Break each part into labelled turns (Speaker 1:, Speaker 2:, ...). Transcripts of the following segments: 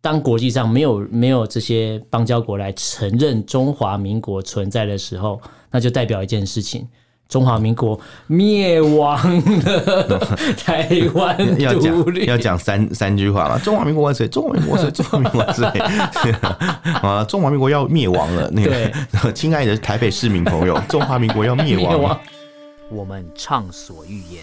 Speaker 1: 当国际上没有没有这些邦交国来承认中华民国存在的时候，那就代表一件事情：中华民国灭亡 了，台湾
Speaker 2: 要
Speaker 1: 独
Speaker 2: 讲
Speaker 1: 立。
Speaker 2: 要讲三三句话嘛，中华民国万岁，中华民国 万岁，中华民国万岁， 啊，中华民国要灭亡了，那个 亲爱的台北市民朋 友，中华民国要灭亡了。
Speaker 3: 我们畅所欲言；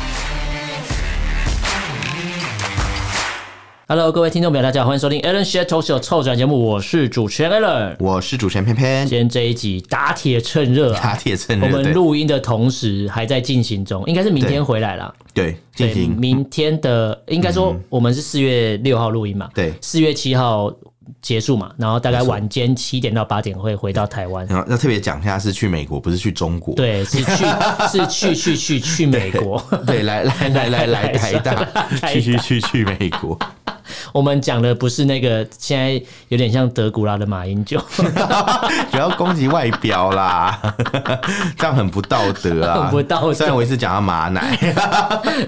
Speaker 1: Hello，各位听众朋友，大家好，欢迎收听 Alan s h a t Talk Show 臭转节目，我是主持人 Alan。
Speaker 2: 我是主持人偏偏，
Speaker 1: 今天这一集打铁趁热啊！
Speaker 2: 打铁趁
Speaker 1: 我
Speaker 2: 热，
Speaker 1: 们
Speaker 2: 对
Speaker 1: 录音的同时还在进行中，应该是明
Speaker 2: 对
Speaker 1: 天回来啦。
Speaker 2: 对，进
Speaker 1: 对，
Speaker 2: 行嗯
Speaker 1: 明天的应该说我们是四月六号录音嘛，
Speaker 2: 对
Speaker 1: 四月七号结束嘛，然后大概晚间七点到八点会回到台湾。
Speaker 2: 然后要啊特别讲一下，是去美国，不是去中国。
Speaker 1: 对，是 去是去去去去美国。
Speaker 2: 对，来来来来来台大，
Speaker 1: 台大
Speaker 2: 去去去去美国，
Speaker 1: 我们讲的不是那个，现在有点像德古拉的马英 九，
Speaker 2: 不要攻击外表啦， 这样很不道德啊，
Speaker 1: 很不道德
Speaker 2: 虽然我一直讲到马奶，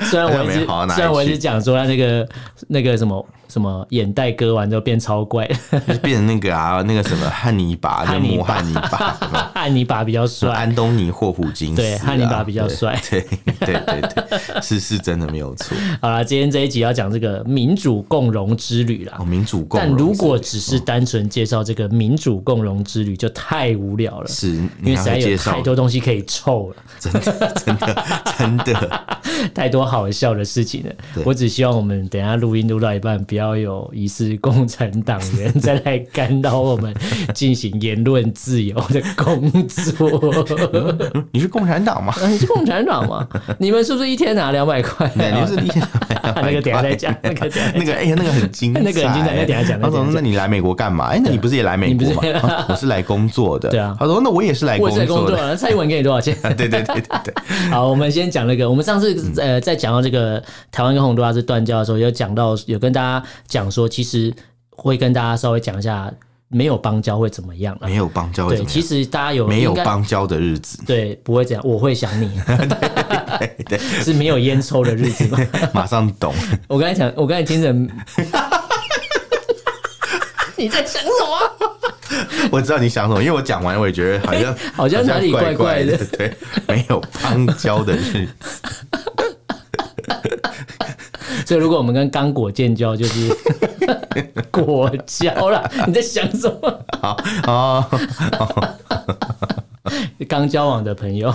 Speaker 1: 虽然我一
Speaker 2: 没
Speaker 1: 直
Speaker 2: 有好到哪里
Speaker 1: 虽然我一直
Speaker 2: 去
Speaker 1: 讲说他那个那个什么什么眼袋割完之后变超怪，
Speaker 2: 就是变成那个啊，那个什么汉尼拔，那个
Speaker 1: 汉尼
Speaker 2: 魔
Speaker 1: 拔
Speaker 2: 汉尼拔， 有没有
Speaker 1: 汉尼拔比较
Speaker 2: 什么
Speaker 1: 帅，
Speaker 2: 安东尼霍普金斯啊、
Speaker 1: 对汉尼拔比较帅
Speaker 2: 对对对 对，是是真的没有错。
Speaker 1: 好啦，今天这一集要讲这个民主共荣之旅啦。
Speaker 2: 哦，民主共
Speaker 1: 但
Speaker 2: 荣嗯
Speaker 1: 如果只是单纯介绍这个民主共荣之旅，就太无聊了。
Speaker 2: 是，
Speaker 1: 因为
Speaker 2: 你
Speaker 1: 实
Speaker 2: 还
Speaker 1: 在
Speaker 2: 会
Speaker 1: 有
Speaker 2: 介绍
Speaker 1: 太 多东西可以凑了，
Speaker 2: 真的，
Speaker 1: 太多好笑的事情了。我只希望我们等一下录音录到一半，不要有疑似共产党员 再来干扰我们进行言论自由的工作。
Speaker 2: 你是共 产党吗？
Speaker 1: 啊你是共产党吗？你们是不是一天拿两百块啊？
Speaker 2: 对，你是你
Speaker 1: 那个等一下再讲，那个等一下再讲
Speaker 2: 那个哎呀，那个很精 彩，
Speaker 1: 那个很精彩那等一下讲那个等一下
Speaker 2: 他说：“
Speaker 1: 讲
Speaker 2: 那你来美国干嘛？哎，那你不是也来美国吗
Speaker 1: 你？
Speaker 2: 啊我是来工作的。”
Speaker 1: 对啊
Speaker 2: 他说：“那我也是来
Speaker 1: 我
Speaker 2: 工
Speaker 1: 也在工
Speaker 2: 作
Speaker 1: 作
Speaker 2: 的。”
Speaker 1: 啊，蔡英文给你多少钱？
Speaker 2: 对对对对对，
Speaker 1: 好，我们先讲那个，我们上次呃在讲到这个台湾跟洪都拉斯断交的时候，有讲到有跟大家讲说，其实会跟大家稍微讲一下没有邦交会怎么样啊
Speaker 2: 没有邦交会
Speaker 1: 对，
Speaker 2: 怎么
Speaker 1: 其
Speaker 2: 样？
Speaker 1: 实大家有
Speaker 2: 没有
Speaker 1: 应该
Speaker 2: 邦交的日子，
Speaker 1: 对不会这样，我会想你，是没有烟抽的日子 吗？
Speaker 2: 马上懂。
Speaker 1: 我刚才讲，我刚才听着， 你在想什么？
Speaker 2: 我知道你想什么，因为我讲完，我也觉得好像
Speaker 1: 好像哪里
Speaker 2: 怪
Speaker 1: 怪怪的
Speaker 2: 的，对，没有邦交的 日子，
Speaker 1: 所以如果我们跟刚果建交，就是 果交啦。你在想什么？
Speaker 2: 好哦，
Speaker 1: 刚交往的朋友，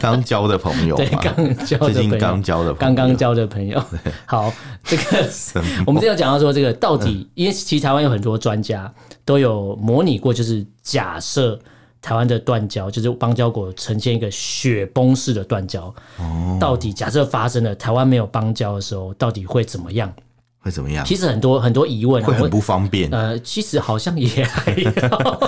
Speaker 2: 刚交的朋友
Speaker 1: 对，
Speaker 2: 嘛，
Speaker 1: 啊刚交的朋
Speaker 2: 最近
Speaker 1: 友，
Speaker 2: 刚交的朋
Speaker 1: 刚
Speaker 2: 友，
Speaker 1: 刚交的朋友。好，这个我们之前有讲到说，这个到底，
Speaker 2: 嗯
Speaker 1: 因为其实台湾有很多专家都有模拟过，就是假设。台湾的断交就是邦交国呈现一个雪崩式的断交，
Speaker 2: 哦
Speaker 1: 到底假设发生了台湾没有邦交的时候，到底会怎么样？
Speaker 2: 会怎么样？
Speaker 1: 其实很多很多疑问、啊，
Speaker 2: 啊会
Speaker 1: 我
Speaker 2: 很不方便，
Speaker 1: 呃，其实好像也还 好。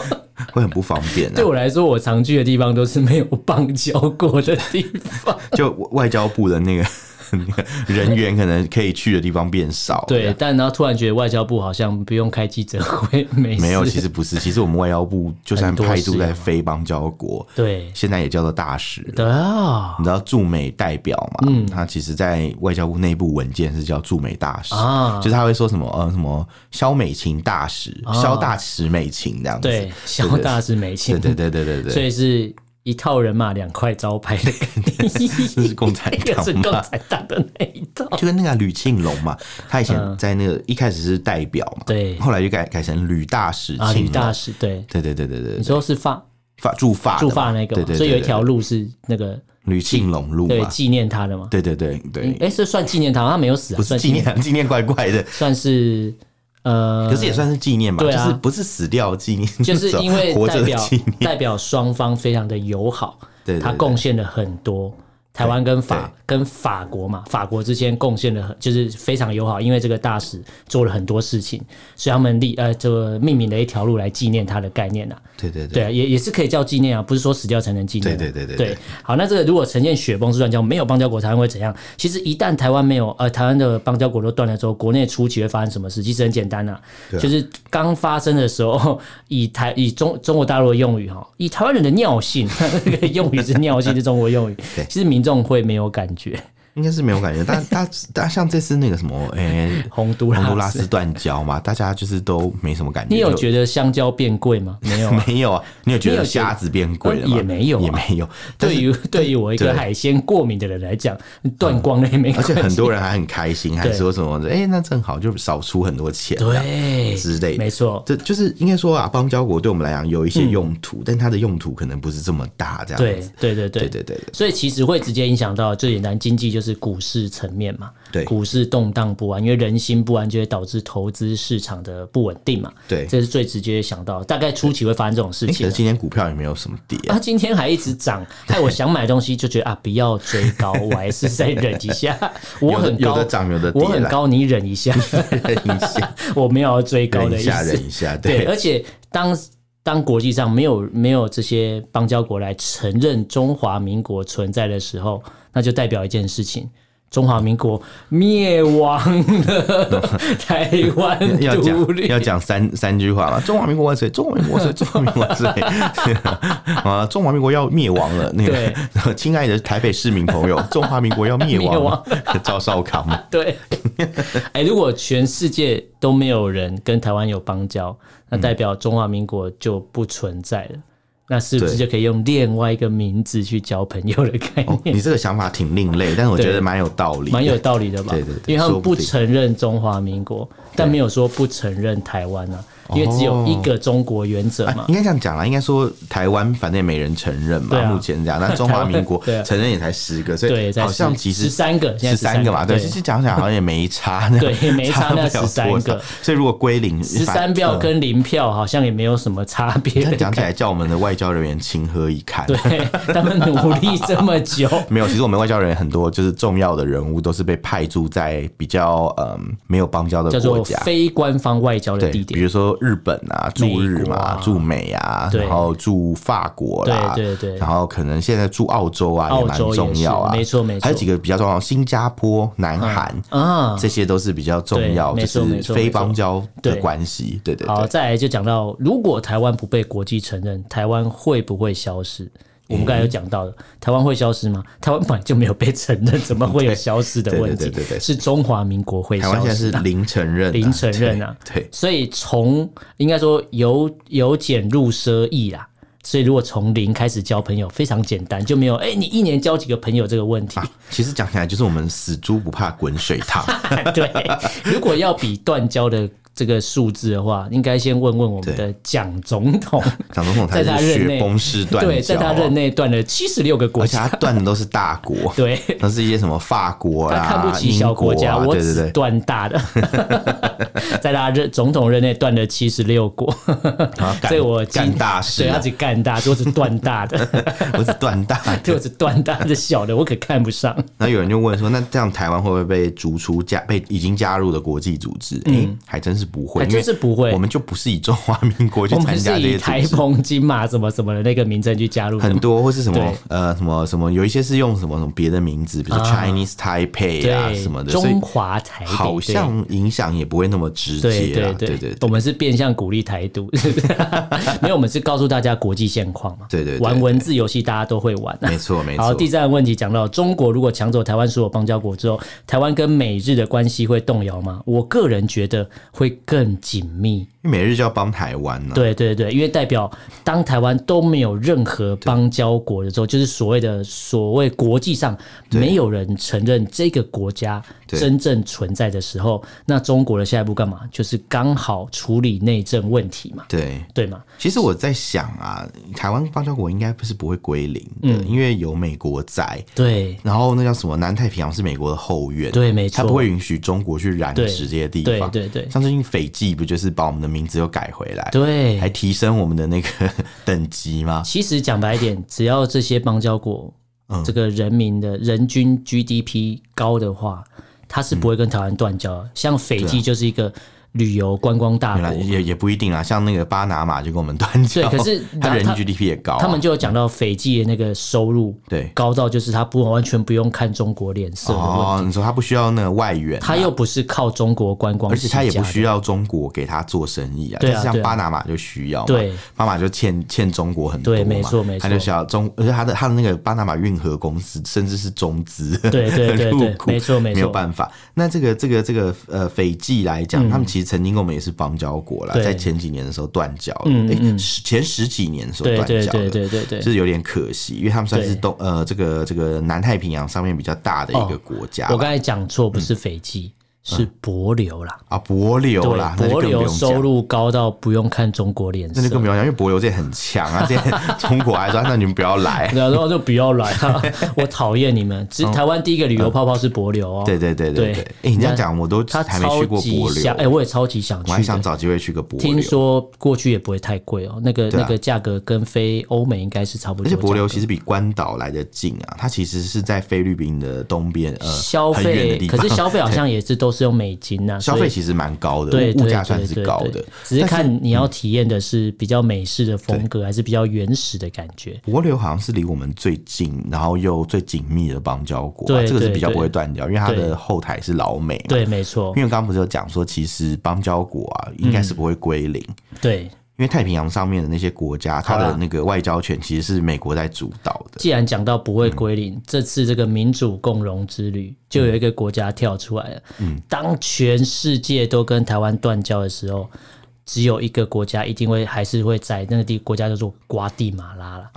Speaker 2: 会很不方便
Speaker 1: 对
Speaker 2: 啊。
Speaker 1: 我来说，我常去的地方都是没有邦交过的地 方。
Speaker 2: 就外交部的那个 那个人员，可能可以去的地方变少。
Speaker 1: 对，，但然后突然觉得外交部好像不用开记者会，没
Speaker 2: 没有，
Speaker 1: 事
Speaker 2: 其实不是，其实我们外交部就算
Speaker 1: 很多
Speaker 2: 派驻
Speaker 1: 事啊
Speaker 2: 在非邦交国，
Speaker 1: 对
Speaker 2: 现在也叫做大使了。
Speaker 1: 的啊
Speaker 2: 你知道驻美代表嘛？嗯，他其实，在外交部内部文件是叫驻美大使
Speaker 1: 啊
Speaker 2: 就是他会说什么呃什么肖美琴大使、肖、大使美琴这样子。
Speaker 1: 对，小大是没
Speaker 2: 对
Speaker 1: 钱，
Speaker 2: 对对对对对
Speaker 1: 所
Speaker 2: 对，
Speaker 1: 以是一套人马两块招牌的概
Speaker 2: 这
Speaker 1: 念，
Speaker 2: 是共产
Speaker 1: 那个是
Speaker 2: 党
Speaker 1: 共
Speaker 2: 嘛？
Speaker 1: 产党的那一套。
Speaker 2: 就跟那个吕庆龙嘛，他以前
Speaker 1: 嗯
Speaker 2: 在那个、一开始是代表嘛，
Speaker 1: 对
Speaker 2: 后来就改改成吕大使
Speaker 1: 啊，
Speaker 2: 庆
Speaker 1: 吕
Speaker 2: 龙
Speaker 1: 大使对，
Speaker 2: 对对对对对
Speaker 1: 你，说是发
Speaker 2: 法驻法的
Speaker 1: 驻
Speaker 2: 嘛
Speaker 1: 发那个
Speaker 2: 对
Speaker 1: 嘛，
Speaker 2: 对，对
Speaker 1: 所以有一
Speaker 2: 对
Speaker 1: 条路是那个
Speaker 2: 吕庆龙路
Speaker 1: 对
Speaker 2: 嘛，
Speaker 1: 纪念他的嘛。
Speaker 2: 对对对对，
Speaker 1: 哎，是算纪念他，他没有死啊，
Speaker 2: 不是
Speaker 1: 算
Speaker 2: 纪念纪念怪怪的，
Speaker 1: 算是呃，
Speaker 2: 可是也算是纪念吧，
Speaker 1: 对啊
Speaker 2: 就是不是死掉纪念，
Speaker 1: 就是
Speaker 2: 走
Speaker 1: 因为
Speaker 2: 活
Speaker 1: 代
Speaker 2: 着的
Speaker 1: 表
Speaker 2: 纪念。
Speaker 1: 代表双方非常的友好，
Speaker 2: 对对对
Speaker 1: 他贡献了很多。台湾跟
Speaker 2: 对
Speaker 1: 法跟法国嘛，法国之间贡献了很，就是非常友好，因为这个大使做了很多事情，所以他们立呃，就命名了一条路来纪念他的概念啊。
Speaker 2: 对对对
Speaker 1: 对，也也是可以叫纪念啊，不是说死掉才能纪念啊。
Speaker 2: 对对对对
Speaker 1: 对
Speaker 2: 对
Speaker 1: 好，那这个如果呈现雪崩式断交，没有邦交国，台湾会怎样？其实一旦台湾没有呃，台湾的邦交国都断了之后，国内初期会发生什么事？其实很简单啊，就是刚发生的时候， 以台以中中国大陆的用语哈，以台湾人的尿性， 那个用语是尿性，是中国用语
Speaker 2: 对，
Speaker 1: 其实民众会没有感觉。
Speaker 2: 应该是没有感觉。但但但像这次那个什么，诶、
Speaker 1: 洪都拉斯
Speaker 2: 洪都拉斯断交嘛，大家就是都没什么感觉。
Speaker 1: 你有
Speaker 2: 就
Speaker 1: 觉得香蕉变贵吗？没有啊。
Speaker 2: 没有啊？你有觉
Speaker 1: 你
Speaker 2: 得
Speaker 1: 有觉得
Speaker 2: 虾子变贵了吗？
Speaker 1: 呃也没有啊
Speaker 2: 也没有。 但
Speaker 1: 对
Speaker 2: 是
Speaker 1: 于对于我一个
Speaker 2: 对嗯
Speaker 1: 海鲜过敏的人来讲，断光了也没
Speaker 2: 而
Speaker 1: 关系。
Speaker 2: 且很多人还很开心，还
Speaker 1: 对
Speaker 2: 说什么“哎、那正好就少出很多钱”啊
Speaker 1: 对
Speaker 2: 之类的
Speaker 1: 没。错，嗯
Speaker 2: 这就是应该说啊，邦交国对我们来讲有一些用途，但它的用途可能不是这么大，这样
Speaker 1: 对
Speaker 2: 子。
Speaker 1: 对对对
Speaker 2: 对对对对
Speaker 1: 所以其实会直接影响到最简单经济就是股市层面嘛，
Speaker 2: 对
Speaker 1: 股市动荡不安，因为人心不安就会导致投资市场的不稳定嘛，
Speaker 2: 对
Speaker 1: 这是最直接想到，大概初期会发生这种事
Speaker 2: 哎、可
Speaker 1: 情
Speaker 2: 是
Speaker 1: 啊。
Speaker 2: 今天股票也没有什么跌、
Speaker 1: 啊，今天还一直涨，害我想买东西就觉得啊，不要追高，我还是再忍一下。我很
Speaker 2: 有
Speaker 1: 高，
Speaker 2: 的涨有的跌
Speaker 1: 我很
Speaker 2: 啦
Speaker 1: 高，你忍一下，
Speaker 2: 忍一 下，
Speaker 1: 我没有要追高
Speaker 2: 忍
Speaker 1: 的
Speaker 2: 一
Speaker 1: 意
Speaker 2: 下，
Speaker 1: 思
Speaker 2: 忍。一下，
Speaker 1: 对，
Speaker 2: 对
Speaker 1: 而且当当国际上没有没有这些邦交国来承认中华民国存在的时候，那就代表一件事情：中华民国灭亡 了，台湾
Speaker 2: 要
Speaker 1: 独
Speaker 2: 讲
Speaker 1: 立。
Speaker 2: 要讲三三句话嘛，中华民国万岁，中华民国 万岁，中华民国万岁啊！中华民国要灭亡了，那个 亲爱的台北市民 朋友，中华民国要灭亡了，赵少康嘛，
Speaker 1: 对，哎、如果全世界都没有人跟台湾有邦交，那
Speaker 2: 嗯
Speaker 1: 代表中华民国就不存在了。那是不是
Speaker 2: 对哦
Speaker 1: 就可以用另外一个名字去交朋友的概念？
Speaker 2: 你这个想法挺另类，但是我觉
Speaker 1: 对
Speaker 2: 得蛮有道理的，
Speaker 1: 蛮有道理的吧？
Speaker 2: 对对对
Speaker 1: 因为他
Speaker 2: 说
Speaker 1: 们
Speaker 2: 不
Speaker 1: 不
Speaker 2: 定
Speaker 1: 承认中华民国，但没有说不承认台湾啊，因为只有一个中国原则
Speaker 2: 哎
Speaker 1: 嘛。
Speaker 2: 应该这样讲啦，应该说台湾反正也没人承认嘛，
Speaker 1: 对啊
Speaker 2: 目前这样。 那中华民国
Speaker 1: 对啊
Speaker 2: 承认也才十个，所
Speaker 1: 对，
Speaker 2: 以
Speaker 1: 在
Speaker 2: 好像其
Speaker 1: 十
Speaker 2: 实
Speaker 1: 三个，现在
Speaker 2: 十三
Speaker 1: 个
Speaker 2: 个嘛，对，其实讲讲好像也 没差，
Speaker 1: 对也没差
Speaker 2: 差不
Speaker 1: 那
Speaker 2: 了
Speaker 1: 13
Speaker 2: 多
Speaker 1: 个
Speaker 2: 少。所以如果归零，
Speaker 1: 十三票
Speaker 2: 嗯
Speaker 1: 跟零票好像也没有什么差别
Speaker 2: 这。样讲起来，叫我们的外交人员情何以堪？
Speaker 1: 对，他们努力这么 久，
Speaker 2: 没有，其实我们外交人员很多就是重要的人物都是被派驻在比较嗯没有邦交的
Speaker 1: 叫
Speaker 2: 国
Speaker 1: 做
Speaker 2: 家。
Speaker 1: 非官方外交的
Speaker 2: 对，
Speaker 1: 地
Speaker 2: 比
Speaker 1: 点。
Speaker 2: 如说日本啊，驻日
Speaker 1: 美国
Speaker 2: 嘛，
Speaker 1: 啊
Speaker 2: 驻美啊，
Speaker 1: 对
Speaker 2: 然后驻法国啦，
Speaker 1: 对对对
Speaker 2: 然后可能现在驻澳洲啊，也蛮
Speaker 1: 澳洲也
Speaker 2: 重
Speaker 1: 是
Speaker 2: 要啊，
Speaker 1: 没错没错
Speaker 2: 还有几个比较重要，新加坡、南韩。
Speaker 1: 啊，
Speaker 2: 这些都是比较重要，
Speaker 1: 对没
Speaker 2: 就
Speaker 1: 错没
Speaker 2: 是
Speaker 1: 错
Speaker 2: 非邦交的
Speaker 1: 对
Speaker 2: 关系。对对
Speaker 1: 好，
Speaker 2: 对，
Speaker 1: 再来就讲到，如果台湾不被国际承认，台湾会不会消
Speaker 2: 嗯
Speaker 1: 失？我们刚才有讲到的，台湾会消失吗？台湾本来就没有被承认，怎么会有消失的问题？
Speaker 2: 对对对对对
Speaker 1: 是中华民国会
Speaker 2: 台湾
Speaker 1: 消
Speaker 2: 现在
Speaker 1: 失
Speaker 2: 是
Speaker 1: 啊。
Speaker 2: 零承认啊，
Speaker 1: 零承认啊
Speaker 2: 对，
Speaker 1: 所以从应该说由由俭入奢易啦。所以如果从零开始交朋友，非常简单，就没有哎、你一年交几个朋友这个问 题。
Speaker 2: 对啊其实讲起来就是我们死猪不怕滚水烫，
Speaker 1: 对，如果要比断交的这个数字的话，应该先问问我们
Speaker 2: 对
Speaker 1: 的蒋总统。
Speaker 2: 蒋总统
Speaker 1: 在他
Speaker 2: 是
Speaker 1: 任
Speaker 2: 雪
Speaker 1: 内
Speaker 2: 崩式断交啊，
Speaker 1: 对，在他任内断了七十六个国
Speaker 2: 而且他
Speaker 1: 家，
Speaker 2: 断的都是大国，
Speaker 1: 对
Speaker 2: 那是一些什么法国
Speaker 1: 他
Speaker 2: 啦、
Speaker 1: 看不起小国家，
Speaker 2: 英国啊
Speaker 1: 我
Speaker 2: 对对
Speaker 1: 只
Speaker 2: 对，
Speaker 1: 断大 的，在他任总统任内断了七十六国，
Speaker 2: 干
Speaker 1: 所以我今
Speaker 2: 干啊大事
Speaker 1: 对，
Speaker 2: 啊
Speaker 1: 他只干大，我只断大的，
Speaker 2: 我只断大。
Speaker 1: 对，我只断大的小的，我可看不 上。
Speaker 2: 然后有人就问说，那这样台湾会不会被逐出加被已经加入的国际组织？哎、还真是不
Speaker 1: 嗯
Speaker 2: 会，
Speaker 1: 还真是不会
Speaker 2: 因为我们就不是以中华民国去
Speaker 1: 我
Speaker 2: 参
Speaker 1: 们
Speaker 2: 加
Speaker 1: 是
Speaker 2: 这
Speaker 1: 以
Speaker 2: 些组
Speaker 1: 台
Speaker 2: 织。
Speaker 1: 澎金马什么什么的那个名称去加入的
Speaker 2: 很
Speaker 1: 嘛，
Speaker 2: 多或是什么
Speaker 1: 对
Speaker 2: 呃什么什么，有一些是用什么什么别的名字，比如说
Speaker 1: 啊
Speaker 2: Chinese Taipei 啊
Speaker 1: 对
Speaker 2: 什么，的，所以
Speaker 1: 中华台北
Speaker 2: 好
Speaker 1: 对
Speaker 2: 像影响也不会那么直
Speaker 1: 对
Speaker 2: 接
Speaker 1: 对
Speaker 2: 啦。
Speaker 1: 对
Speaker 2: 对对，
Speaker 1: 我们是变相鼓励台独， 没有，我们是告诉大家国际现况嘛。
Speaker 2: 对对对
Speaker 1: 玩文字游戏大家都会玩、啊，
Speaker 2: 没错没错
Speaker 1: 好，第三个问题讲到中国如果抢走台湾所有邦交国之后，台湾跟美日的关系会动摇吗？我个人觉得会更紧密。
Speaker 2: 因为每日就要帮台湾啊呢、
Speaker 1: 对对对，因为代表当台湾都没有任何邦交国的时候，就是所谓的所谓国际上没有人承认这个国家
Speaker 2: 对
Speaker 1: 真正存在的时候，那中国的下一步干嘛？就是刚好处理内政问题嘛，
Speaker 2: 对，
Speaker 1: 对吗？
Speaker 2: 其实我在想啊，台湾邦交国应该不是不会归零的，
Speaker 1: 嗯
Speaker 2: 因为有美国在。
Speaker 1: 对
Speaker 2: 然后那叫什么？南太平洋是美国的后院，
Speaker 1: 对没错
Speaker 2: 它不会允许中国去染指这些地方。
Speaker 1: 对对对
Speaker 2: 像最近斐济不就是把我们的名字又改回来，，
Speaker 1: 对，
Speaker 2: 还提升我们的那个 等级吗？
Speaker 1: 其实讲白一点，只要这些邦交国
Speaker 2: 嗯
Speaker 1: 这个人民的人均 GDP 高的话，它是不
Speaker 2: 嗯
Speaker 1: 会跟台湾断交的。像斐济就是一个旅游观光大
Speaker 2: 啊原来
Speaker 1: 国，
Speaker 2: 也也不一定啊，像那个巴拿马就跟我们断交，
Speaker 1: 对可是
Speaker 2: 他
Speaker 1: 那
Speaker 2: 人
Speaker 1: 他
Speaker 2: 均 GDP 也高啊、
Speaker 1: 他们就有讲到斐济的那个收入，
Speaker 2: 对
Speaker 1: 高到就是他不完全不用看中国脸色的问题，
Speaker 2: 哦，你说他不需要那个外援啊、
Speaker 1: 他又不是靠中国观光
Speaker 2: 而
Speaker 1: 起
Speaker 2: 且
Speaker 1: 家
Speaker 2: 他
Speaker 1: 的，
Speaker 2: 也不需要中国给他做生意啊，
Speaker 1: 对啊
Speaker 2: 但是像
Speaker 1: 对啊
Speaker 2: 巴拿马就需要嘛，
Speaker 1: 对，
Speaker 2: 巴拿马就欠欠中国很多嘛，
Speaker 1: 对没错没错
Speaker 2: 他就需要中，而且他的他的那个巴拿马运河公司甚至是中资，
Speaker 1: 对对对
Speaker 2: 入
Speaker 1: 对
Speaker 2: 股
Speaker 1: 没错没错
Speaker 2: 有办法。那这个这个这个呃，斐济来讲，他们其实曾经跟我们也是邦交国啦，
Speaker 1: 对
Speaker 2: 在前几年的时候断交了，
Speaker 1: 嗯
Speaker 2: 诶
Speaker 1: 嗯
Speaker 2: 十前十几年的时候
Speaker 1: 对
Speaker 2: 断
Speaker 1: 对
Speaker 2: 交
Speaker 1: 对
Speaker 2: 的。
Speaker 1: 对对对，
Speaker 2: 就是有点可惜，因为他们算是
Speaker 1: 对
Speaker 2: 东呃这个这个南太平洋上面比较大的一个
Speaker 1: 哦
Speaker 2: 国家吧、
Speaker 1: 我刚才讲错，不是斐济，是帛琉啦。
Speaker 2: 啊，帛琉啦，
Speaker 1: 对，
Speaker 2: 嗯那
Speaker 1: 帛
Speaker 2: 就更不用
Speaker 1: 琉
Speaker 2: 讲
Speaker 1: 收入高到不用看中国脸
Speaker 2: 那就
Speaker 1: 色
Speaker 2: 更。不用讲，因为柏流这很强啊， 这些中国还说那你们不 要来。
Speaker 1: 然后就不要来 啊！我讨厌你们。只台湾第一个旅游泡泡是帛琉哦，
Speaker 2: 哦嗯对对对对对
Speaker 1: 对，
Speaker 2: 哎，你这样
Speaker 1: 那
Speaker 2: 讲我都
Speaker 1: 他
Speaker 2: 还没
Speaker 1: 超
Speaker 2: 去过
Speaker 1: 级
Speaker 2: 柏
Speaker 1: 想，哎、
Speaker 2: 流，
Speaker 1: 我也超级想
Speaker 2: 我还
Speaker 1: 去
Speaker 2: 想
Speaker 1: 的。
Speaker 2: 找机会去个柏
Speaker 1: 听
Speaker 2: 流。
Speaker 1: 说过去也不会太贵哦，那个、
Speaker 2: 对啊
Speaker 1: 那个价格跟飞欧美应该是差不多
Speaker 2: 而且
Speaker 1: 的价格。
Speaker 2: 帛琉其实比关岛来的近啊，它其实是在菲律宾的东边，呃，
Speaker 1: 消
Speaker 2: 很远的
Speaker 1: 费，
Speaker 2: 地
Speaker 1: 可
Speaker 2: 方。
Speaker 1: 是消费好 像也是都是用美金呐、啊，
Speaker 2: 消
Speaker 1: 所
Speaker 2: 费
Speaker 1: 以
Speaker 2: 其实蛮高的，
Speaker 1: 对
Speaker 2: 物
Speaker 1: 对
Speaker 2: 物价
Speaker 1: 对
Speaker 2: 算是
Speaker 1: 对
Speaker 2: 高
Speaker 1: 对
Speaker 2: 的。
Speaker 1: 只是看你要体验的是比较美式的风格，还是比较原始的感觉。
Speaker 2: 帛琉好像是离我们最近，然后又最紧密的邦交国吧，
Speaker 1: 对
Speaker 2: 这个是
Speaker 1: 对
Speaker 2: 比较
Speaker 1: 对
Speaker 2: 不会断掉，因为它
Speaker 1: 对
Speaker 2: 的后台是老美嘛。
Speaker 1: 对，没错
Speaker 2: 因，为我刚刚不是有讲说，其实邦交国啊，应
Speaker 1: 嗯
Speaker 2: 该是不会归零，
Speaker 1: 对。
Speaker 2: 因为太平洋上面的那些国家，它
Speaker 1: 啊
Speaker 2: 的那个外交权其实是美国在主导的。
Speaker 1: 既然讲到不会归零，
Speaker 2: 嗯
Speaker 1: 这次这个民主共荣之旅，就有一个国家跳出来了。
Speaker 2: 嗯
Speaker 1: 当全世界都跟台湾断交的时候，只有一个国家一定会还是会在那个地国家叫做瓜地马拉啦。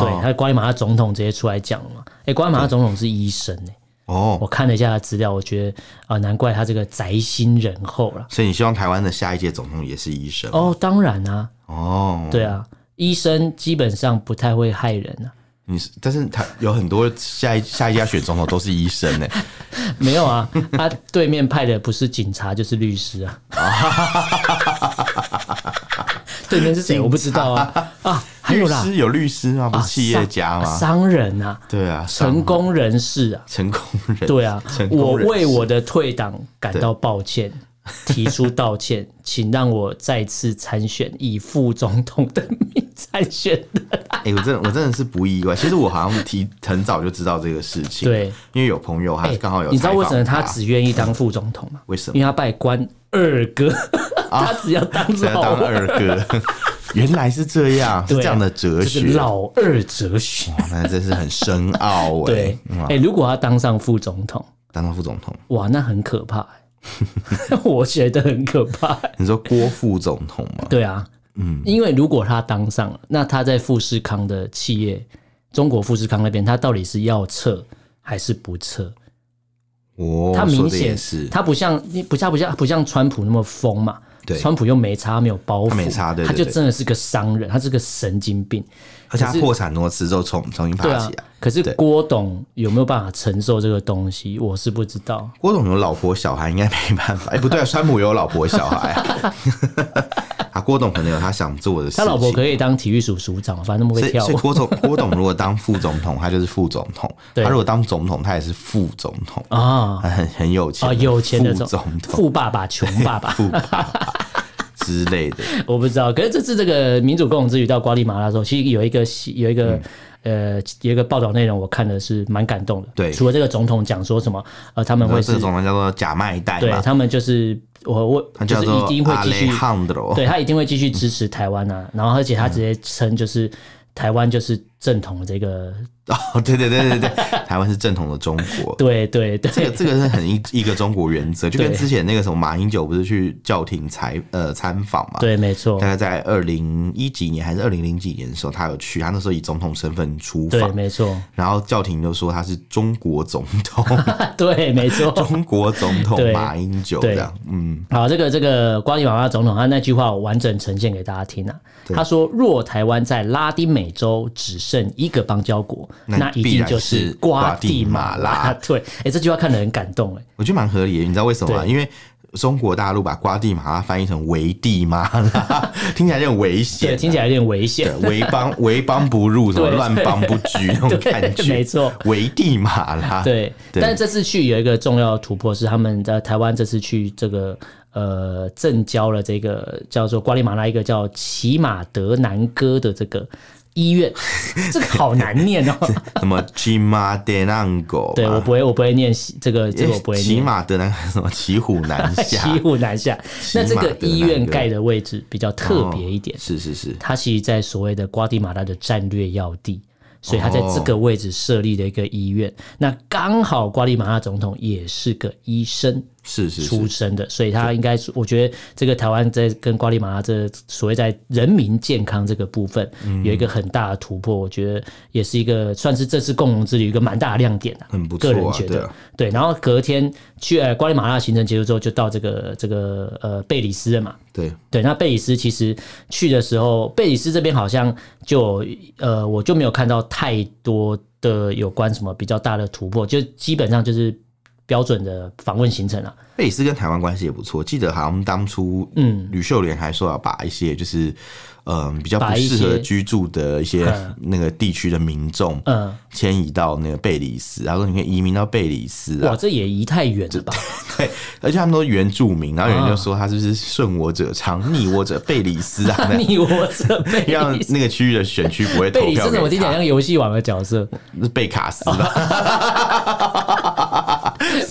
Speaker 1: 对，
Speaker 2: 哦，
Speaker 1: 他瓜地马拉总统直接出来讲了嘛。哎、瓜地马拉总统是医生哎、
Speaker 2: 哦，
Speaker 1: 我看了一下他资料，我觉得啊、难怪他这个宅心仁厚了。
Speaker 2: 所以你希望台湾的下一届总统也是医生？
Speaker 1: 哦，当然啊，
Speaker 2: 哦，
Speaker 1: 对啊，医生基本上不太会害人啊。
Speaker 2: 你是，但是他有很多下一下一届要选总统都是医生呢、欸
Speaker 1: 没有啊， 他对面派的不是警察就是律师啊。 对面是谁我不知道啊啊， 还
Speaker 2: 律
Speaker 1: 有啦，
Speaker 2: 师有律师吗？不
Speaker 1: 啊
Speaker 2: 是企业家
Speaker 1: 商
Speaker 2: 吗？
Speaker 1: 商人啊，
Speaker 2: 对啊，
Speaker 1: 成功人士啊，
Speaker 2: 成功人，
Speaker 1: 对啊
Speaker 2: 成，
Speaker 1: 我
Speaker 2: 功人士
Speaker 1: 为我的退党感到抱歉。提出道歉， 请让我再次参选，以副总统的名参选。
Speaker 2: 哎、我真的我真的是不意外。其实我好像提很早就知道这个事情，
Speaker 1: 对，
Speaker 2: 因为有朋友他
Speaker 1: 哎
Speaker 2: 刚好有、啊
Speaker 1: 你知道为什么他只愿意当副总统吗？
Speaker 2: 为什么
Speaker 1: 因为他拜官二哥， 他只要当
Speaker 2: 只要
Speaker 1: 老啊
Speaker 2: 当二 哥？原来是这样，是
Speaker 1: 对啊
Speaker 2: 这样的哲
Speaker 1: 这
Speaker 2: 学，
Speaker 1: 是老二哲学。
Speaker 2: 哇那真是很深奥哎、
Speaker 1: 对，哎、如果他当上副总统，
Speaker 2: 当上副总统，
Speaker 1: 哇，那很可怕、 欸，我觉得很可怕、欸。
Speaker 2: 你说郭副总统吗？
Speaker 1: 对啊，嗯，因为如果他当上了，那他在富士康的企业，中国富士康那边，他到底是要撤还是不撤？
Speaker 2: 哦，
Speaker 1: 他
Speaker 2: 说
Speaker 1: 明
Speaker 2: 的也
Speaker 1: 显
Speaker 2: 是，
Speaker 1: 他不像不像不像不像川普那么疯嘛。
Speaker 2: 对
Speaker 1: 川普又没差，没有包袱，
Speaker 2: 他没差对对
Speaker 1: 他就
Speaker 2: 对
Speaker 1: 真的是个商人，他是个神经病，
Speaker 2: 而且他
Speaker 1: 可是
Speaker 2: 破产多次之后重重新爬
Speaker 1: 对啊
Speaker 2: 起来。。
Speaker 1: 可是
Speaker 2: 对
Speaker 1: 郭董有没有办法承受这个东西，我是不知道。
Speaker 2: 郭总有老婆小孩，应该没办法。哎、不对、啊，川普也有老婆小孩啊。 啊，郭董可能有他想做的事情。
Speaker 1: 他老婆可以当体育署署长，反正那么
Speaker 2: 所
Speaker 1: 会
Speaker 2: 以，
Speaker 1: 跳
Speaker 2: 所以
Speaker 1: 舞。
Speaker 2: 郭总郭董如果当副总统，他就是副总统；
Speaker 1: 对
Speaker 2: 他如果当总统，他也是副总统
Speaker 1: 啊
Speaker 2: 他很很有钱
Speaker 1: 啊，有钱的
Speaker 2: 副
Speaker 1: 总
Speaker 2: 总统、
Speaker 1: 富爸爸、穷爸 爸，
Speaker 2: 富爸爸之类的。
Speaker 1: 我不知道。可是这次这个民主共荣之旅到瓜地马拉的时候，其实有一个戏有一个、
Speaker 2: 嗯
Speaker 1: 呃有一个报道内容，我看的是蛮感动的。
Speaker 2: 对
Speaker 1: 除了这个总统讲说什么呃他们
Speaker 2: 然
Speaker 1: 会
Speaker 2: 后这
Speaker 1: 是
Speaker 2: 个总统叫做假麦代
Speaker 1: 对
Speaker 2: 嘛，
Speaker 1: 他们就是我我
Speaker 2: 他
Speaker 1: 就
Speaker 2: 叫
Speaker 1: 是
Speaker 2: 做
Speaker 1: 一定会继续
Speaker 2: Alejandro
Speaker 1: 对他一定会继续支持台湾
Speaker 2: 嗯
Speaker 1: 啊，然后而且他直接称就是台湾就是正统的这个，
Speaker 2: 哦，对对对对对，台湾是正统的中国。
Speaker 1: 对对对，
Speaker 2: 这个这个是很一一个中国原则，就跟
Speaker 1: 对
Speaker 2: 之前那个什么马英九不是去教廷采呃参访嘛，，
Speaker 1: 对没错
Speaker 2: 大，概在二零一几年还是二零零几年的时候，他有去，他那时候以总统身份出
Speaker 1: 对
Speaker 2: 访，
Speaker 1: 没错，
Speaker 2: 然后教廷就说他是中国总 统，
Speaker 1: 对没错，
Speaker 2: 中国总统
Speaker 1: 对
Speaker 2: 马英九这样，嗯，
Speaker 1: 好，这个这个瓜地马拉总统他那句话我完整呈现给大家听啊。他说：“若台湾在拉丁美洲只剩一个邦交国，
Speaker 2: 那
Speaker 1: 那一定就是瓜地马
Speaker 2: 必然是瓜地马拉
Speaker 1: 对，哎、这句话看得很感动哎、
Speaker 2: 我觉得蛮合理的，你知道为什么吗？
Speaker 1: 对
Speaker 2: 因为中国大陆把瓜地马拉翻译成危地马拉， 听起来有点危险
Speaker 1: 对，
Speaker 2: 啊，
Speaker 1: 听起来有点危险。
Speaker 2: 对为邦为邦不入，什么
Speaker 1: 对
Speaker 2: 乱邦不居那种感
Speaker 1: 对
Speaker 2: 觉，
Speaker 1: 没错
Speaker 2: 危地马拉，
Speaker 1: 对，
Speaker 2: 对
Speaker 1: 但是这次去有一个重要突破是他们在台湾这次去这个呃正交了这个叫做瓜利马拉一个叫骑马德南哥的这个医院，这个好难念哦。
Speaker 2: 什么 Chima de Nango，
Speaker 1: 对我不会，我不会念这个，这个我不会
Speaker 2: 哎骑
Speaker 1: 念。
Speaker 2: 马的那个什么骑虎难 下，嗯
Speaker 1: 骑虎难下。那这个医院盖的位置比较特
Speaker 2: 哦
Speaker 1: 别一点，
Speaker 2: 是是是，
Speaker 1: 它其实在所谓的瓜地马拉的战略要地，所以它在这个位置设立了一个医院。那刚好瓜地马拉总统也是个医生
Speaker 2: 是是
Speaker 1: 出
Speaker 2: 是，
Speaker 1: 身的，所以他应该是，我觉得这个台湾在跟瓜地马拉这所谓在人民健康这个部分有一个很大的突破，我觉得也是一个算是这次共荣之旅一个蛮大的亮点啊。
Speaker 2: 很不错
Speaker 1: 个
Speaker 2: 啊
Speaker 1: 人觉
Speaker 2: 对
Speaker 1: 得
Speaker 2: 啊
Speaker 1: 对。然后隔天去呃瓜地马拉行程结束之后，就到这个这个呃贝里斯了嘛。
Speaker 2: 对，
Speaker 1: 对，那贝里斯其实去的时候，贝里斯这边好像就呃，我就没有看到太多的有关什么比较大的突破，就基本上就是标准的访问行程啊。
Speaker 2: 贝里斯跟台湾关系也不错，记得好像当初，嗯，吕秀莲还说要把一些就是，嗯、比较
Speaker 1: 把
Speaker 2: 不
Speaker 1: 一些
Speaker 2: 适合居住的一些
Speaker 1: 嗯
Speaker 2: 那个地区的民众，
Speaker 1: 嗯，
Speaker 2: 迁移到那个贝里斯，然后你可以移民到贝里斯
Speaker 1: 哇，
Speaker 2: 啊，
Speaker 1: 这也移太远了吧？
Speaker 2: 对，而且他们都是原住民，
Speaker 1: 啊
Speaker 2: 然后有人就说他是不是顺我者昌，逆我者贝里斯啊，那 样
Speaker 1: 你我这贝
Speaker 2: 让
Speaker 1: 里斯，
Speaker 2: 那个区域的选区不会投
Speaker 1: 贝里
Speaker 2: 票
Speaker 1: 斯怎么
Speaker 2: 给
Speaker 1: 听起来
Speaker 2: 他，
Speaker 1: 像游戏王的角 色？
Speaker 2: 是贝卡斯吧？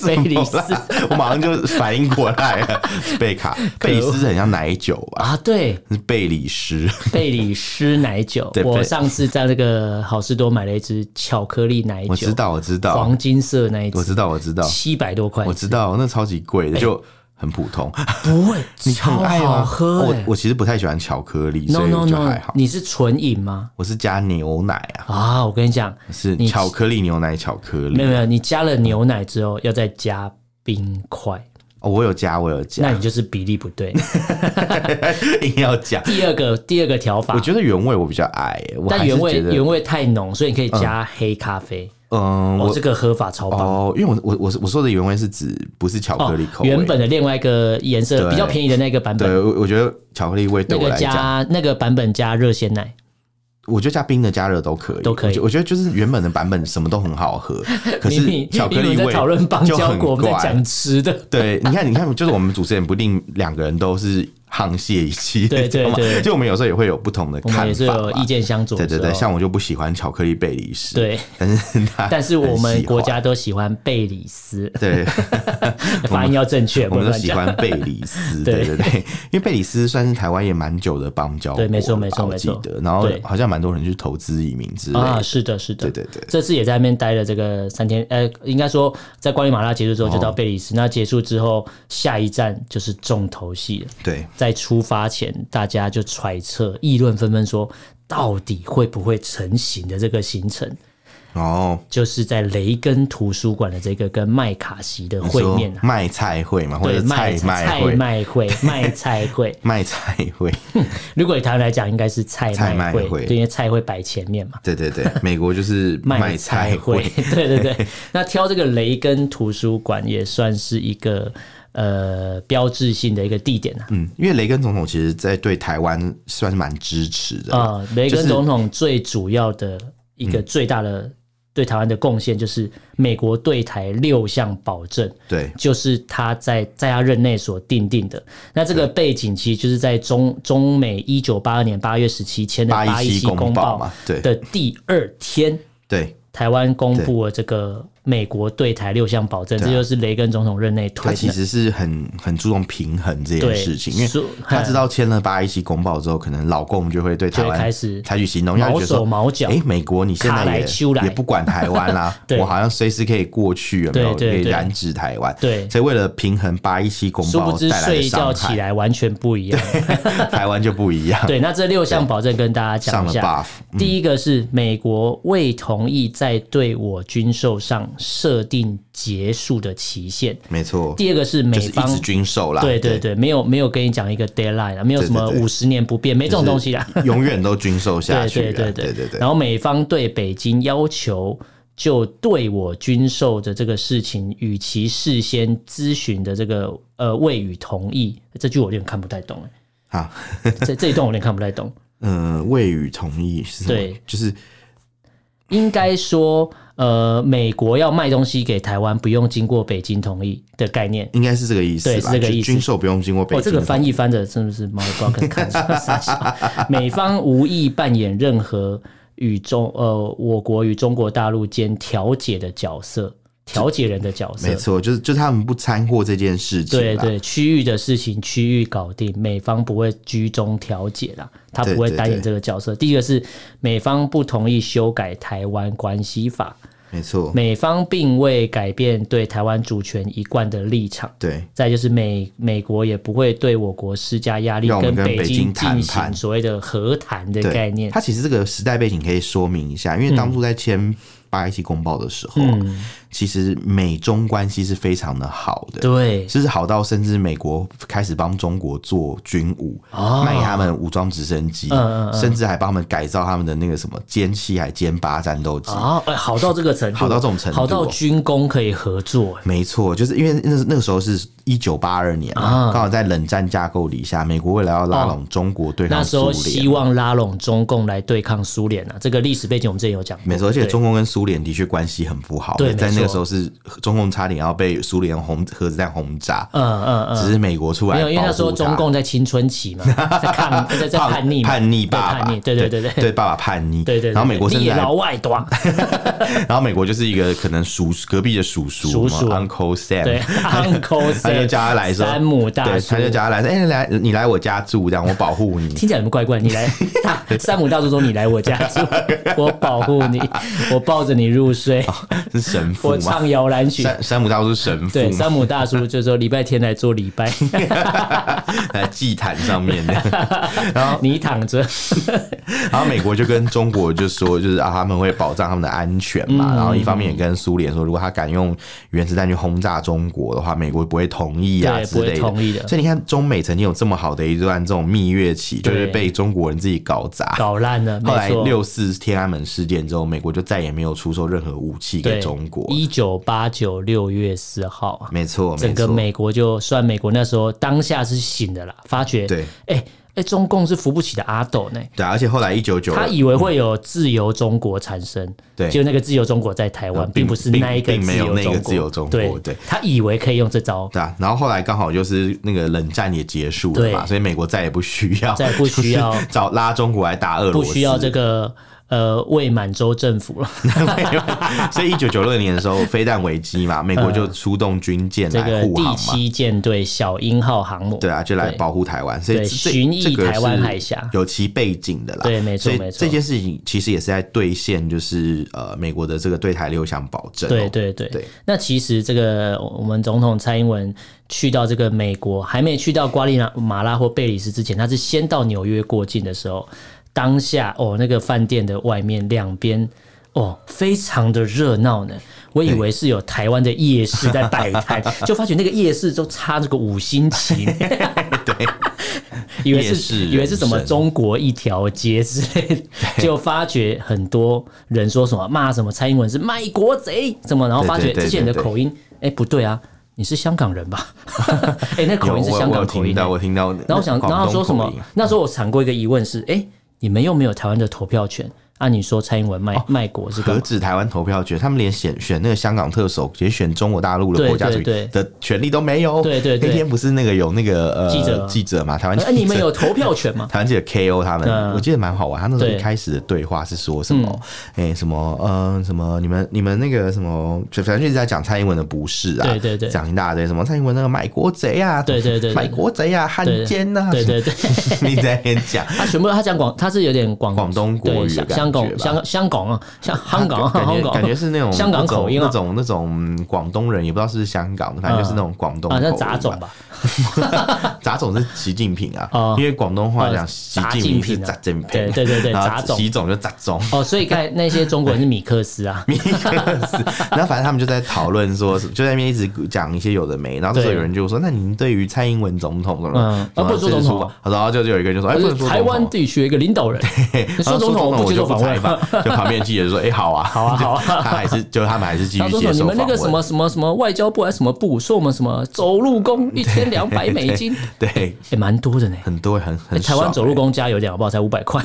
Speaker 1: 贝里斯
Speaker 2: 我马上就反应过来了，贝卡 贝里斯很像奶酒吧？
Speaker 1: 啊，对，
Speaker 2: 是贝 里斯，
Speaker 1: 贝里斯奶酒
Speaker 2: 对。
Speaker 1: 我
Speaker 2: 贝
Speaker 1: 上次在那个好事多买了一支巧克力奶酒，
Speaker 2: 我知道，我知道
Speaker 1: 黄，金色那一支，
Speaker 2: 我知道，我 知道，
Speaker 1: 七百多块
Speaker 2: 我，知道，那超级贵的，就很普通。
Speaker 1: 不会，
Speaker 2: 你
Speaker 1: 超
Speaker 2: 很爱
Speaker 1: 哎 好
Speaker 2: 吗？
Speaker 1: 喝
Speaker 2: 我
Speaker 1: 欸
Speaker 2: 我其实不太喜欢巧克力，
Speaker 1: No
Speaker 2: 所以
Speaker 1: no
Speaker 2: 就还
Speaker 1: no，
Speaker 2: 好。
Speaker 1: 你是纯饮吗？
Speaker 2: 我是加牛奶啊，
Speaker 1: 啊，我跟你讲，
Speaker 2: 是
Speaker 1: 你
Speaker 2: 巧克力牛奶巧克
Speaker 1: 没
Speaker 2: 力
Speaker 1: 有。没有，你加了牛奶之后要再加冰块，
Speaker 2: 哦，我有加，我有
Speaker 1: 那
Speaker 2: 加，
Speaker 1: 你就是比例不 对。
Speaker 2: 硬要 加。
Speaker 1: 第二个第二个调法
Speaker 2: 我，觉得原味我比较爱，欸我还
Speaker 1: 但
Speaker 2: 是
Speaker 1: 原味
Speaker 2: 觉得
Speaker 1: 原味太浓，所以你可以加黑咖啡。
Speaker 2: 嗯，
Speaker 1: 哦，
Speaker 2: 我
Speaker 1: 这个喝法超棒。哦
Speaker 2: 哦，因为我我我我说的原味是指不是巧克力哦口味，
Speaker 1: 原本的另外一个颜色
Speaker 2: 对
Speaker 1: 比较便宜的那个版
Speaker 2: 对
Speaker 1: 本，
Speaker 2: 我我觉得巧克力味对
Speaker 1: 那
Speaker 2: 我
Speaker 1: 个
Speaker 2: 来讲，
Speaker 1: 加那个版本加热鲜奶，
Speaker 2: 我觉得加冰的加热都可以，
Speaker 1: 都可以
Speaker 2: 我觉我觉得就是原本的版本什么都很好 喝，可
Speaker 1: 明
Speaker 2: 是
Speaker 1: 明
Speaker 2: 巧克
Speaker 1: 明
Speaker 2: 力
Speaker 1: 明在
Speaker 2: 味
Speaker 1: 讨论邦
Speaker 2: 就
Speaker 1: 交
Speaker 2: 很
Speaker 1: 国，我们在
Speaker 2: 怪
Speaker 1: 讲。吃的。
Speaker 2: 对，你看，你看，就是我们主持人不定两个人都是沆瀣一气，
Speaker 1: 对
Speaker 2: 你知道吗
Speaker 1: 对对
Speaker 2: 就我们有时候也会有不同的
Speaker 1: 我
Speaker 2: 看法
Speaker 1: 们也是有
Speaker 2: 吧
Speaker 1: 意见相左
Speaker 2: 对
Speaker 1: 的时
Speaker 2: 对
Speaker 1: 候。
Speaker 2: 对，像我就不喜欢巧克力贝里斯，
Speaker 1: 对，
Speaker 2: 但是他
Speaker 1: 但是我
Speaker 2: 很
Speaker 1: 们
Speaker 2: 喜
Speaker 1: 国
Speaker 2: 欢
Speaker 1: 家都喜欢贝里 斯，
Speaker 2: 对。
Speaker 1: 发音要正确，
Speaker 2: 我
Speaker 1: 不能
Speaker 2: 们都
Speaker 1: 乱
Speaker 2: 喜
Speaker 1: 讲。
Speaker 2: 欢贝里 斯，
Speaker 1: 对
Speaker 2: 对对对， 因为贝里斯算是台湾也蛮久的邦交国
Speaker 1: 对
Speaker 2: 了吧，
Speaker 1: 没错没错
Speaker 2: 我
Speaker 1: 没
Speaker 2: 记
Speaker 1: 错
Speaker 2: 得，然后
Speaker 1: 对
Speaker 2: 好像蛮多人去投资移民之类
Speaker 1: 啊，
Speaker 2: 的，
Speaker 1: 是的，是的，
Speaker 2: 对对对
Speaker 1: 这次也在那边待了这个三天，呃，应该说在瓜利马拉结束之后就到贝
Speaker 2: 嗯
Speaker 1: 里斯，那结束之后下一站就是重头戏了。
Speaker 2: 对，
Speaker 1: 在出发前，大家就揣测、议论纷纷说，到底会不会成型的这个行程，
Speaker 2: 然后
Speaker 1: 就是在雷根图书馆的这个跟麦卡锡的会面啊，
Speaker 2: 卖菜会嘛，或
Speaker 1: 对，
Speaker 2: 者
Speaker 1: 卖
Speaker 2: 卖
Speaker 1: 菜
Speaker 2: 会，
Speaker 1: 卖 会，卖菜会。
Speaker 2: 卖菜会，
Speaker 1: 如果以台湾来讲，应该是菜
Speaker 2: 菜
Speaker 1: 卖
Speaker 2: 卖
Speaker 1: 会，
Speaker 2: 会
Speaker 1: 对，因为菜会摆前面嘛。
Speaker 2: 对对对，美 国就是卖
Speaker 1: 菜
Speaker 2: 菜
Speaker 1: 会，
Speaker 2: 会，
Speaker 1: 对对 对。那挑这个雷根图书馆也算是一个呃标志性的一个地点啊。
Speaker 2: 嗯，因为雷根总统其实在对台湾算是蛮支持的啦，
Speaker 1: 啊、雷
Speaker 2: 呃就
Speaker 1: 根
Speaker 2: 是嗯
Speaker 1: 总统最主要的一个最大的对台湾的贡献，就是美国对台六项保证。
Speaker 2: 对，
Speaker 1: 就是他在在他任内所定定的。那这个背景其实就是在中中美一九八二年八月十七签的《八一
Speaker 2: 817
Speaker 1: 七公
Speaker 2: 公
Speaker 1: 报
Speaker 2: 报》嘛对
Speaker 1: 的第二天，
Speaker 2: 对，
Speaker 1: 台湾公布了这个美国对台六项保证，
Speaker 2: 对啊
Speaker 1: 这就是雷根总统任内推
Speaker 2: 他其
Speaker 1: 的。
Speaker 2: 实是很很注重平衡这件
Speaker 1: 对
Speaker 2: 事情，因为
Speaker 1: 所
Speaker 2: 他知
Speaker 1: 嗯
Speaker 2: 道签了八一七公报之后，可能老共就会对台
Speaker 1: 就会
Speaker 2: 湾
Speaker 1: 开始
Speaker 2: 采取行动，因为他就觉得说
Speaker 1: 毛手毛脚
Speaker 2: 诶美国你现
Speaker 1: 卡来
Speaker 2: 在
Speaker 1: 丘来
Speaker 2: 也也不管台湾啦
Speaker 1: 对，
Speaker 2: 我好像随时可以过去，有没有？
Speaker 1: 对对
Speaker 2: 可以
Speaker 1: 对
Speaker 2: 染指台湾。
Speaker 1: 对
Speaker 2: 所以为了平衡八一七公
Speaker 1: 殊
Speaker 2: 报
Speaker 1: 不知
Speaker 2: 带来
Speaker 1: 睡
Speaker 2: 的
Speaker 1: 一觉
Speaker 2: 伤
Speaker 1: 起
Speaker 2: 害，
Speaker 1: 来完全不一样。
Speaker 2: 台湾就不一样，
Speaker 1: 对，那这六项保证跟大家讲
Speaker 2: 上
Speaker 1: 一
Speaker 2: 了
Speaker 1: 下。
Speaker 2: buff。嗯
Speaker 1: 第一个是美国未同意在对我军售上设定结束的期限。
Speaker 2: 没错，
Speaker 1: 第二个是美
Speaker 2: 就是一
Speaker 1: 方
Speaker 2: 直军售啦。
Speaker 1: 对对对，没有没有跟你讲一个 deadline 啊，没有什么
Speaker 2: 对对对
Speaker 1: 五十年不变，没这种东 西啦。啊
Speaker 2: 永远都军售下
Speaker 1: 对
Speaker 2: 去
Speaker 1: 对对
Speaker 2: 了。对对对
Speaker 1: 然后美方对北京要求就对我军售的这个事情，与其事先咨询的这个呃未予同意，这句我有点看不太懂、欸
Speaker 2: 好，
Speaker 1: 这这一段我有点看不太懂。
Speaker 2: 嗯、未予同意是什么？
Speaker 1: 对，
Speaker 2: 就是
Speaker 1: 应该说，呃，美国要卖东西给台湾，不用经过北京同意的概念。
Speaker 2: 应该是这个意思
Speaker 1: 对
Speaker 2: 吧？
Speaker 1: 是这个意思
Speaker 2: 就军售不用经过北
Speaker 1: 哦，
Speaker 2: 京
Speaker 1: 这个
Speaker 2: 的同意。
Speaker 1: 翻译翻的真的是猫也不知道跟看什么傻笑美方无意扮演任何与中呃我国与中国大陆间调解的角色，调解人的角色
Speaker 2: 没。错，就是就是他们不掺和这件事情
Speaker 1: 对
Speaker 2: 啦。
Speaker 1: 对，区域的事情区域搞定，美方不会居中调解啦，他
Speaker 2: 对
Speaker 1: 不会
Speaker 2: 对
Speaker 1: 担演
Speaker 2: 对
Speaker 1: 这个角色。第一个是美方不同意修改《台湾关系法》，
Speaker 2: 没错，
Speaker 1: 美方并未改变对台湾主权一贯的立场。
Speaker 2: 对
Speaker 1: 再就是美美国也不会对我国施加压力，
Speaker 2: 让我们跟
Speaker 1: 北
Speaker 2: 北
Speaker 1: 京进
Speaker 2: 京谈
Speaker 1: 行
Speaker 2: 判
Speaker 1: 所谓的和谈的
Speaker 2: 对
Speaker 1: 概念。嗯
Speaker 2: 它其实这个时代背景可以说明一下，因为当初在签巴伊西公报的时候啊，其实美中关系是非常的好的。
Speaker 1: 对，
Speaker 2: 其实好到甚至美国开始帮中国做军武，
Speaker 1: 哦
Speaker 2: 卖他们武装直升机，
Speaker 1: 嗯嗯嗯
Speaker 2: 甚至还帮他们改造他们的那个什么歼七还歼八战斗机。
Speaker 1: 啊、哎好到这个程度，
Speaker 2: 好到这种程度
Speaker 1: 好到
Speaker 2: 哦
Speaker 1: 军工可以合作。
Speaker 2: 没错，就是因为那那个时候是一九八二年嘛
Speaker 1: 啊，
Speaker 2: 刚、好在冷战架构底下，美国为了要拉拢中国对
Speaker 1: 那
Speaker 2: 抗
Speaker 1: 时
Speaker 2: 苏
Speaker 1: 候
Speaker 2: 联
Speaker 1: 希，望拉拢中共来对抗苏联啊，这个历史背景我们之前有讲过。
Speaker 2: 没错，而且
Speaker 1: 对
Speaker 2: 中共跟苏联的确关系很不好，
Speaker 1: 对
Speaker 2: 在
Speaker 1: 没
Speaker 2: 那个
Speaker 1: 错
Speaker 2: 时候是中共差点要被苏联轰核子弹轰炸，
Speaker 1: 嗯嗯
Speaker 2: 只
Speaker 1: 嗯，
Speaker 2: 是美国出来
Speaker 1: 没有，因为
Speaker 2: 保
Speaker 1: 那时候
Speaker 2: 护
Speaker 1: 中
Speaker 2: 它
Speaker 1: 共在青春期嘛，在 抗在在
Speaker 2: 叛
Speaker 1: 叛逆嘛
Speaker 2: 叛逆
Speaker 1: 对
Speaker 2: 爸爸，
Speaker 1: 叛逆，对对对对
Speaker 2: 对爸爸叛逆，
Speaker 1: 对对。
Speaker 2: 然后美国甚
Speaker 1: 你
Speaker 2: 至还
Speaker 1: 老外短，
Speaker 2: 然后美国就是一个可能叔隔壁的叔叔
Speaker 1: 叔叔
Speaker 2: 嘛 Uncle
Speaker 1: 对
Speaker 2: Sam，
Speaker 1: ，Uncle
Speaker 2: 他
Speaker 1: Sam，
Speaker 2: 就叫他来说
Speaker 1: 山姆大
Speaker 2: 对，
Speaker 1: 叔，
Speaker 2: 他就叫他来说，哎，来你来我家住，这样我保护你。
Speaker 1: 听起来有没有怪怪？你 来大山姆大叔说你来我家住，我保护你，我抱着你入睡，
Speaker 2: 是神哦父
Speaker 1: 我
Speaker 2: 吗？
Speaker 1: 唱摇篮曲。
Speaker 2: 山山姆大叔是神父
Speaker 1: 对，
Speaker 2: 吗？
Speaker 1: 山姆大叔就说礼拜天来做礼拜，
Speaker 2: 在祭坛上面的。
Speaker 1: 你躺着。
Speaker 2: 然后美国就跟中国就说，就是啊，他们会保障他们的安全嘛。
Speaker 1: 嗯
Speaker 2: 然后一方面也跟苏联说，如果他敢用原子弹去轰炸中国的话，美国不会同意啊
Speaker 1: 对
Speaker 2: 之类的。
Speaker 1: 不会同意的
Speaker 2: 所以你看，中美曾经有这么好的一段这种蜜月期，就
Speaker 1: 对
Speaker 2: 是被中国人自己搞砸。
Speaker 1: 搞烂了，没
Speaker 2: 后来
Speaker 1: 错。
Speaker 2: 六四天安门事件之后，美国就再也没有出售任何武器给中国。
Speaker 1: 一九八九六月四号啊，
Speaker 2: 没错，没
Speaker 1: 整个
Speaker 2: 错，
Speaker 1: 美国就算美国那时候当下是醒的啦，发觉
Speaker 2: 对
Speaker 1: 哎哎、中共是扶不起的阿斗呢。
Speaker 2: 对啊。而且后来一九九
Speaker 1: 他以为会有自由中国产生，
Speaker 2: 对
Speaker 1: 就那个自由中国在台湾，
Speaker 2: 嗯
Speaker 1: 并
Speaker 2: 并
Speaker 1: 不是那一个
Speaker 2: 并并
Speaker 1: 自
Speaker 2: 没有
Speaker 1: 由
Speaker 2: 那个
Speaker 1: 中国，
Speaker 2: 自由中国
Speaker 1: 对
Speaker 2: 对
Speaker 1: 他以为可以用这招，
Speaker 2: 对啊，然后后来刚好就是那个冷战也结束了嘛，
Speaker 1: 对
Speaker 2: 所以美国再也不需要，
Speaker 1: 再也不需要
Speaker 2: 就是找拉中国来打俄
Speaker 1: 不
Speaker 2: 罗斯，
Speaker 1: 需要这个呃未满洲政府了，
Speaker 2: 所以一九九六年的时候，飞弹危机嘛，美国就出动军舰
Speaker 1: 嗯这
Speaker 2: 来
Speaker 1: 个
Speaker 2: 护
Speaker 1: 第
Speaker 2: 航嘛。
Speaker 1: 七舰队小鹰号航母，
Speaker 2: 对啊，就来
Speaker 1: 对
Speaker 2: 保护台湾，所以
Speaker 1: 对
Speaker 2: 这这
Speaker 1: 巡弋
Speaker 2: 这个
Speaker 1: 台湾
Speaker 2: 是
Speaker 1: 海峡
Speaker 2: 有其背景的啦。
Speaker 1: 对没错
Speaker 2: 所以
Speaker 1: 没错
Speaker 2: 这件事情其实也是在兑现，就是呃美国的这个对台六项保证哦、
Speaker 1: 对对对
Speaker 2: 对
Speaker 1: 那其实这个我们总统蔡英文去到这个美国，还没去到瓜利马拉或贝里斯之前，他是先到纽约过境的时候，当下哦那个饭店的外面两边。哦，非常的热闹呢。我以为是有台湾的夜市在摆摊，就发觉那个夜市都插这个五星旗， 以为
Speaker 2: 夜
Speaker 1: 是
Speaker 2: 市
Speaker 1: 以为是什么
Speaker 2: 人生
Speaker 1: 中国一条街之类的，就发觉很多人说什么骂什么蔡英文是卖国贼，怎么，然后发觉
Speaker 2: 对对对
Speaker 1: 这些人的
Speaker 2: 对对
Speaker 1: 口音，哎、不对啊，你是香港人 吧？哎、那
Speaker 2: 有
Speaker 1: 口音是
Speaker 2: 我
Speaker 1: 香
Speaker 2: 我有
Speaker 1: 港口
Speaker 2: 听
Speaker 1: 音、哎
Speaker 2: 到，我听到。
Speaker 1: 然后我想，然后他说什么？那时候我产过一个疑问是，哎、你们又没有台湾的投票权，按、你说蔡英文卖、
Speaker 2: 哦
Speaker 1: 卖国是干
Speaker 2: 何
Speaker 1: 嘛？
Speaker 2: 止台湾投票权，他们连选选那个香港特首，也选中国大陆的国家主义
Speaker 1: 对对
Speaker 2: 的权利都没有。
Speaker 1: 对对对
Speaker 2: 那天不是那个有那个呃
Speaker 1: 记者
Speaker 2: 记者嘛，台湾
Speaker 1: 哎、
Speaker 2: 记者
Speaker 1: 你们有投票权 吗？
Speaker 2: 台湾记者 KO 他们，
Speaker 1: 嗯
Speaker 2: 我记得蛮好玩。他那时候
Speaker 1: 对
Speaker 2: 一开始的对话是说什么？哎、什么？嗯、什么？你们你们那个什么？就反正就一直在讲蔡英文的不是啊，
Speaker 1: 对对对
Speaker 2: 讲一大堆什么蔡英文那个买国贼啊，
Speaker 1: 对对对对
Speaker 2: 买国贼啊，汉奸呐、啊，
Speaker 1: 对对对，
Speaker 2: 你在那边讲。
Speaker 1: 他啊全部他讲广，他是有点广
Speaker 2: 广东国
Speaker 1: 对
Speaker 2: 语的
Speaker 1: 香
Speaker 2: 感
Speaker 1: 香
Speaker 2: 觉
Speaker 1: 港
Speaker 2: 吧
Speaker 1: 香香港啊，香香港啊
Speaker 2: 感
Speaker 1: 香
Speaker 2: 觉
Speaker 1: 港，
Speaker 2: 感觉是那种
Speaker 1: 香港口音啊
Speaker 2: 那种那种那种嗯广东人，也不知道是不是香港的，反正就是那种广东
Speaker 1: 啊，
Speaker 2: 口
Speaker 1: 那
Speaker 2: 音
Speaker 1: 杂种吧，
Speaker 2: 杂种是习近平啊，
Speaker 1: 哦
Speaker 2: 因为广东话
Speaker 1: 哦
Speaker 2: 讲习近平是
Speaker 1: 杂
Speaker 2: 杂
Speaker 1: 近
Speaker 2: 正
Speaker 1: 对
Speaker 2: 平，
Speaker 1: 对对对
Speaker 2: 然后
Speaker 1: 杂种
Speaker 2: 习总就杂种。
Speaker 1: 哦，所以刚才那些中国人是米克斯啊，
Speaker 2: 米克斯，然后反正他们就在讨论说，就在那边一直讲一些有的没，然后这时候
Speaker 1: 对
Speaker 2: 有人就说：“那您对于蔡英文总统怎么
Speaker 1: 嗯
Speaker 2: 了？
Speaker 1: 啊不能说总统啊
Speaker 2: 他说：“然后就就有一个人就说：‘哎，不
Speaker 1: 就是
Speaker 2: 能说
Speaker 1: 台
Speaker 2: 总
Speaker 1: 湾
Speaker 2: 统。哎
Speaker 1: 地区的一个领导 人，你’
Speaker 2: 然
Speaker 1: 说
Speaker 2: 后
Speaker 1: 总统
Speaker 2: 我
Speaker 1: 不接
Speaker 2: 就
Speaker 1: 受访问
Speaker 2: 采。访，就旁边记者就说：‘哎，好啊，好
Speaker 1: 啊 好啊
Speaker 2: 他还是就他们还是继续
Speaker 1: 他说
Speaker 2: 接
Speaker 1: 说你
Speaker 2: 受
Speaker 1: 们
Speaker 2: 访
Speaker 1: 那
Speaker 2: 问。
Speaker 1: 个什么什么什么外交部还是什么部说我们什么走路工一天两百美 金，
Speaker 2: 对，
Speaker 1: 也蛮多的呢。
Speaker 2: 很多很
Speaker 1: 欸
Speaker 2: 很
Speaker 1: 台湾
Speaker 2: 爽
Speaker 1: 走路
Speaker 2: 欸
Speaker 1: 工加油点好不好？才五百 块，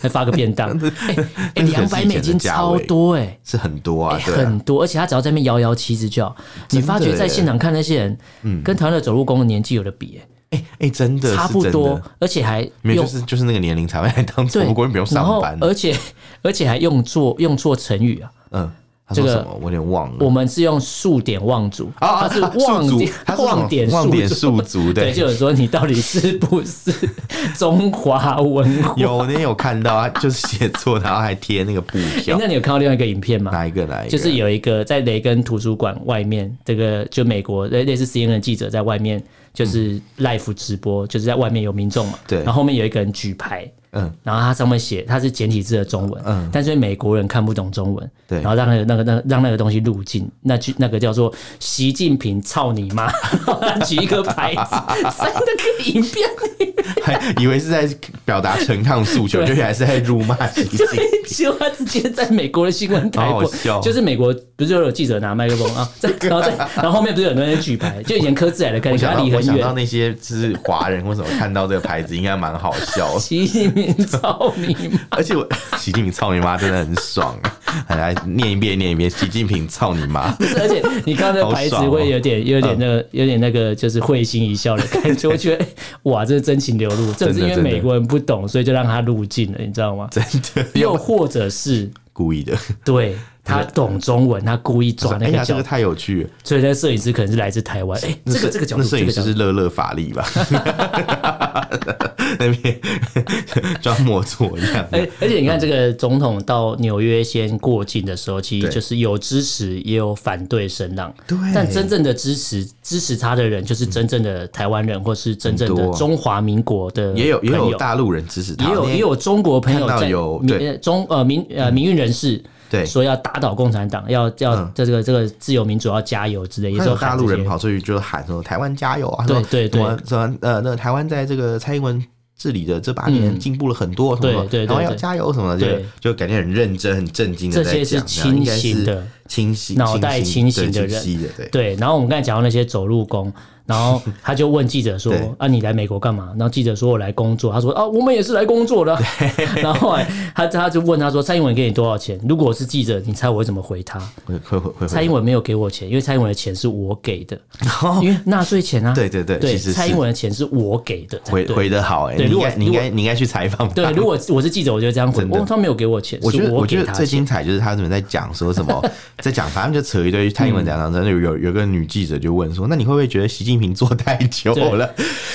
Speaker 1: 还发个便当，哎，
Speaker 2: 那可
Speaker 1: 两
Speaker 2: 是
Speaker 1: 百
Speaker 2: 以前
Speaker 1: 美
Speaker 2: 的
Speaker 1: 金
Speaker 2: 价
Speaker 1: 超
Speaker 2: 位
Speaker 1: 多哎，
Speaker 2: 是很多
Speaker 1: 哎
Speaker 2: 啊，对啊
Speaker 1: 很多，而且他只要在那边摇摇旗子就好。你
Speaker 2: 真的
Speaker 1: 发觉在
Speaker 2: 耶
Speaker 1: 现场看那些人，跟台湾的走路工的年纪有的比欸，
Speaker 2: 哎哎，真的
Speaker 1: 差
Speaker 2: 是
Speaker 1: 不
Speaker 2: 真
Speaker 1: 多
Speaker 2: 的，
Speaker 1: 而且还
Speaker 2: 没有
Speaker 1: 用
Speaker 2: 就是就是那个年龄才会来当
Speaker 1: 对，
Speaker 2: 总统，不过你不用
Speaker 1: 然
Speaker 2: 上
Speaker 1: 后
Speaker 2: 班。啊
Speaker 1: 而且 而且还用错用错成语啊。
Speaker 2: 嗯，他说
Speaker 1: 这个
Speaker 2: 什么？我有点忘了
Speaker 1: 我。们是用数典忘祖
Speaker 2: 啊啊
Speaker 1: 它是
Speaker 2: 啊
Speaker 1: 忘
Speaker 2: 宿主
Speaker 1: 典
Speaker 2: 它是
Speaker 1: 忘典
Speaker 2: 忘典
Speaker 1: 宿主，
Speaker 2: 宿主对
Speaker 1: 对，就有说你到底是不是 中华文化？
Speaker 2: 有，我那天有看到，他就是写错，然后还贴那 个布
Speaker 1: 诶
Speaker 2: 条
Speaker 1: 哎那。你有看到另外一个影片吗？
Speaker 2: 哪一个？哪一个？
Speaker 1: 就是有一个在雷根图书馆外面，这个就美国类类似 CNN 的记者在外面就是 live 直播，就是在外面有民众嘛，
Speaker 2: 嗯 对
Speaker 1: 然后后面有一个人举牌，
Speaker 2: 嗯
Speaker 1: 然后他上面写他是简体字的中文，
Speaker 2: 嗯
Speaker 1: 但是美国人看不懂中文，
Speaker 2: 对
Speaker 1: 然后让那个那个那个让那个东西入境，那句那个叫做习近平操你妈， 然后他举一个牌 子，在那个影片里
Speaker 2: 还以为是在表达陈抗诉求，
Speaker 1: 对
Speaker 2: 就原来是在辱骂习近 平。
Speaker 1: 对，就他直接在美国的新闻台
Speaker 2: 好
Speaker 1: 播
Speaker 2: 好笑，
Speaker 1: 就是美国不是有记者拿麦克风啊，在 然后在然后后面不是有人在举牌， 就以前柯志来的概
Speaker 2: 我
Speaker 1: 念，
Speaker 2: 想
Speaker 1: 他
Speaker 2: 到
Speaker 1: 离
Speaker 2: 我
Speaker 1: 很
Speaker 2: 想到
Speaker 1: 远。
Speaker 2: 那些就是华人或什么看到这个牌子，应该蛮好笑的。
Speaker 1: 习近平操你妈！
Speaker 2: 而且我 习近平操你妈真的很爽啊！来念一遍，念一遍，习近平操你 妈！
Speaker 1: 不是而且你刚刚那个牌子
Speaker 2: 好爽哦
Speaker 1: 会有点、有点那个、有点那个，就是会心一笑的感觉。我觉得哇，这是真情流露，正是因为
Speaker 2: 真的
Speaker 1: 美国人不懂，所以就让他入境了，你知道吗？
Speaker 2: 真的
Speaker 1: 又或者是
Speaker 2: 故意的。
Speaker 1: 对他懂中文，他故意抓
Speaker 2: 哎
Speaker 1: 那个
Speaker 2: 呀，这
Speaker 1: 角
Speaker 2: 个
Speaker 1: 度，
Speaker 2: 太有趣了！
Speaker 1: 所以那摄影师可能是来自台湾。哎、
Speaker 2: 那
Speaker 1: 这个
Speaker 2: 摄
Speaker 1: 这个角
Speaker 2: 那
Speaker 1: 度，
Speaker 2: 摄
Speaker 1: 这
Speaker 2: 影
Speaker 1: 个
Speaker 2: 师
Speaker 1: 角度
Speaker 2: 是乐乐法力吧？ 那边 装模作样。
Speaker 1: 而哎而且你看，这个总统到纽约先过境的时候，其实
Speaker 2: 对
Speaker 1: 就是有支持也有反对声浪。
Speaker 2: 对
Speaker 1: 但真正的支持支持他的人，就是真正的台湾人，或是真正
Speaker 2: 很
Speaker 1: 的
Speaker 2: 多啊
Speaker 1: 中华民国的
Speaker 2: 也有也
Speaker 1: 朋
Speaker 2: 有
Speaker 1: 友
Speaker 2: 大陆人支持他，
Speaker 1: 也有
Speaker 2: 那
Speaker 1: 也有中国朋友
Speaker 2: 看到
Speaker 1: 在
Speaker 2: 有
Speaker 1: 民
Speaker 2: 对嗯
Speaker 1: 呃中呃民呃民运人士
Speaker 2: 对
Speaker 1: 说要打倒共产党，要要
Speaker 2: 嗯
Speaker 1: 这个这个自由民主要加油之类，也
Speaker 2: 还
Speaker 1: 是
Speaker 2: 有
Speaker 1: 喊
Speaker 2: 大陆
Speaker 1: 这
Speaker 2: 人
Speaker 1: 些
Speaker 2: 跑出去就喊说“台湾加油啊”，
Speaker 1: 对
Speaker 2: 说
Speaker 1: 对对
Speaker 2: 什么什么呃，那台湾在这个蔡英文治理的这八年进步了很多，什
Speaker 1: 嗯对
Speaker 2: 么
Speaker 1: 对对
Speaker 2: 台湾要
Speaker 1: 对
Speaker 2: 加油什么的，
Speaker 1: 对
Speaker 2: 就就感觉很认真、很震惊的
Speaker 1: 这些
Speaker 2: 在
Speaker 1: 是
Speaker 2: 讲，这样应该
Speaker 1: 清醒
Speaker 2: 是
Speaker 1: 的
Speaker 2: 清醒、
Speaker 1: 脑袋
Speaker 2: 清
Speaker 1: 清醒的
Speaker 2: 对
Speaker 1: 人
Speaker 2: 清晰的，对。
Speaker 1: 对，然后我们刚才讲到那些走路工，然后他就问记者说
Speaker 2: 对：“
Speaker 1: 啊，你来美国干嘛？”然后记者说：“我来工作。”他说：“啊，我们也是来工作的啊。” 然后后来他他就问他说：“蔡英文给你多少钱？”如果我是记者，你猜我会怎么回他？
Speaker 2: 会会会会
Speaker 1: 蔡
Speaker 2: 会，
Speaker 1: 英文没有给我钱，因为蔡英文的钱是我给 的，因为纳税钱啊。
Speaker 2: 对对对
Speaker 1: 对，
Speaker 2: 其实是
Speaker 1: 蔡英文的钱是我给的。
Speaker 2: 回
Speaker 1: 对
Speaker 2: 回的好哎、
Speaker 1: 对
Speaker 2: 你
Speaker 1: 如
Speaker 2: 应
Speaker 1: 果
Speaker 2: 该你应该你应该去采访他。
Speaker 1: 对，如果我是记者，我就这样回：“
Speaker 2: 真的
Speaker 1: 哦，他没有给我钱，
Speaker 2: 我觉
Speaker 1: 是
Speaker 2: 得我觉
Speaker 1: 给
Speaker 2: 得
Speaker 1: 他
Speaker 2: 最
Speaker 1: 钱。
Speaker 2: 精彩就是他们在讲说什么， 在讲，反正就扯一堆蔡英文讲讲，
Speaker 1: 嗯
Speaker 2: 真的有有有个女记者就问说，那你会不会觉得习近平做太久
Speaker 1: 对
Speaker 2: 了？”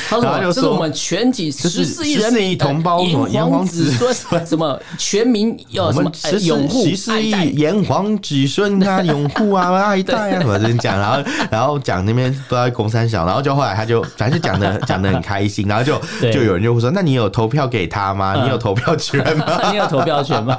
Speaker 1: 他
Speaker 2: 然后
Speaker 1: 说：“
Speaker 2: 就
Speaker 1: 这是
Speaker 2: 说
Speaker 1: 我们全体
Speaker 2: 是
Speaker 1: 十四亿人
Speaker 2: 14亿同胞什么
Speaker 1: 炎
Speaker 2: 炎
Speaker 1: 黄
Speaker 2: 黄
Speaker 1: 子
Speaker 2: 子
Speaker 1: 孙，什么全民要
Speaker 2: 我
Speaker 1: 什么
Speaker 2: 们
Speaker 1: 呃
Speaker 2: 十
Speaker 1: 拥
Speaker 2: 四
Speaker 1: 护
Speaker 2: 十四
Speaker 1: 爱
Speaker 2: 亿
Speaker 1: 戴
Speaker 2: 炎黄子孙 啊，拥护啊，爱戴啊，什么这边讲，然后 然后讲那边不知道公三小，然后就后来他就反正就讲的 讲的很开心，然后就
Speaker 1: 对嗯
Speaker 2: 就有人就会说，那你有投票给他吗？你有投票权吗？
Speaker 1: 你有投票权 吗？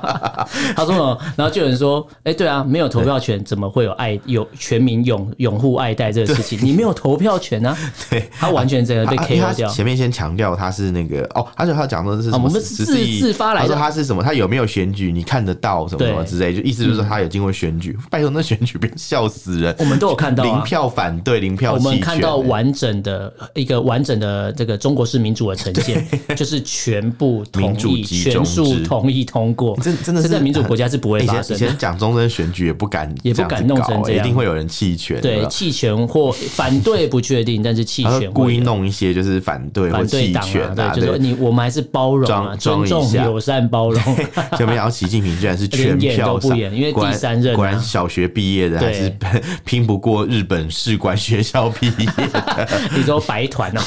Speaker 1: 他说哦，然后就有人说，哎、对啊，没有投票权，怎么会有爱有全民拥拥护爱戴这个事情？你没有投票权啊！
Speaker 2: 对
Speaker 1: 他完全整个被
Speaker 2: 啊因为他
Speaker 1: KO 掉。
Speaker 2: 前面先强调他是那个哦，他就他讲说是什
Speaker 1: 啊
Speaker 2: 么
Speaker 1: 我们是自
Speaker 2: 十四亿
Speaker 1: 自发来的
Speaker 2: 他说他是什么，他有没有选举，你看得到什么
Speaker 1: 对
Speaker 2: 什么之类，就意思就是他有经过选举。拜托，那选举别笑死人，
Speaker 1: 嗯我们都有看到
Speaker 2: 零
Speaker 1: 啊，
Speaker 2: 票反对，零票
Speaker 1: 我
Speaker 2: 弃权。
Speaker 1: 们看到完整的一个完整的这个中国式民主的呈 现，就是全部同
Speaker 2: 民主
Speaker 1: 意、
Speaker 2: 集
Speaker 1: 全
Speaker 2: 中
Speaker 1: 数
Speaker 2: 制
Speaker 1: 同意通过，
Speaker 2: 真真的
Speaker 1: 这
Speaker 2: 是哎
Speaker 1: 在民主国家是不会
Speaker 2: 以
Speaker 1: 发
Speaker 2: 前
Speaker 1: 生的。
Speaker 2: 以前讲中正选举也不敢
Speaker 1: 也不
Speaker 2: 这样子
Speaker 1: 敢弄成
Speaker 2: 搞
Speaker 1: 这样
Speaker 2: 一定会有人弃权。有没
Speaker 1: 对，
Speaker 2: 有
Speaker 1: 弃权或反对不确 定，但是弃
Speaker 2: 啊他
Speaker 1: 权
Speaker 2: 说故
Speaker 1: 会
Speaker 2: 意
Speaker 1: 有
Speaker 2: 弄一些就是反对或
Speaker 1: 反对
Speaker 2: 弃
Speaker 1: 党
Speaker 2: 权
Speaker 1: 啊，对，就说
Speaker 2: 对。
Speaker 1: 你我们还是包容啊，
Speaker 2: 装装
Speaker 1: 尊
Speaker 2: 一
Speaker 1: 重、
Speaker 2: 下
Speaker 1: 友善、包 容。
Speaker 2: 就没想到习近平居然是全
Speaker 1: 连演
Speaker 2: 票
Speaker 1: 都不
Speaker 2: 上
Speaker 1: 演因为
Speaker 2: 果然
Speaker 1: 第三任啊
Speaker 2: 果然小学毕业的还是 拼不过日本士官学校毕业的，
Speaker 1: 你说白团哦，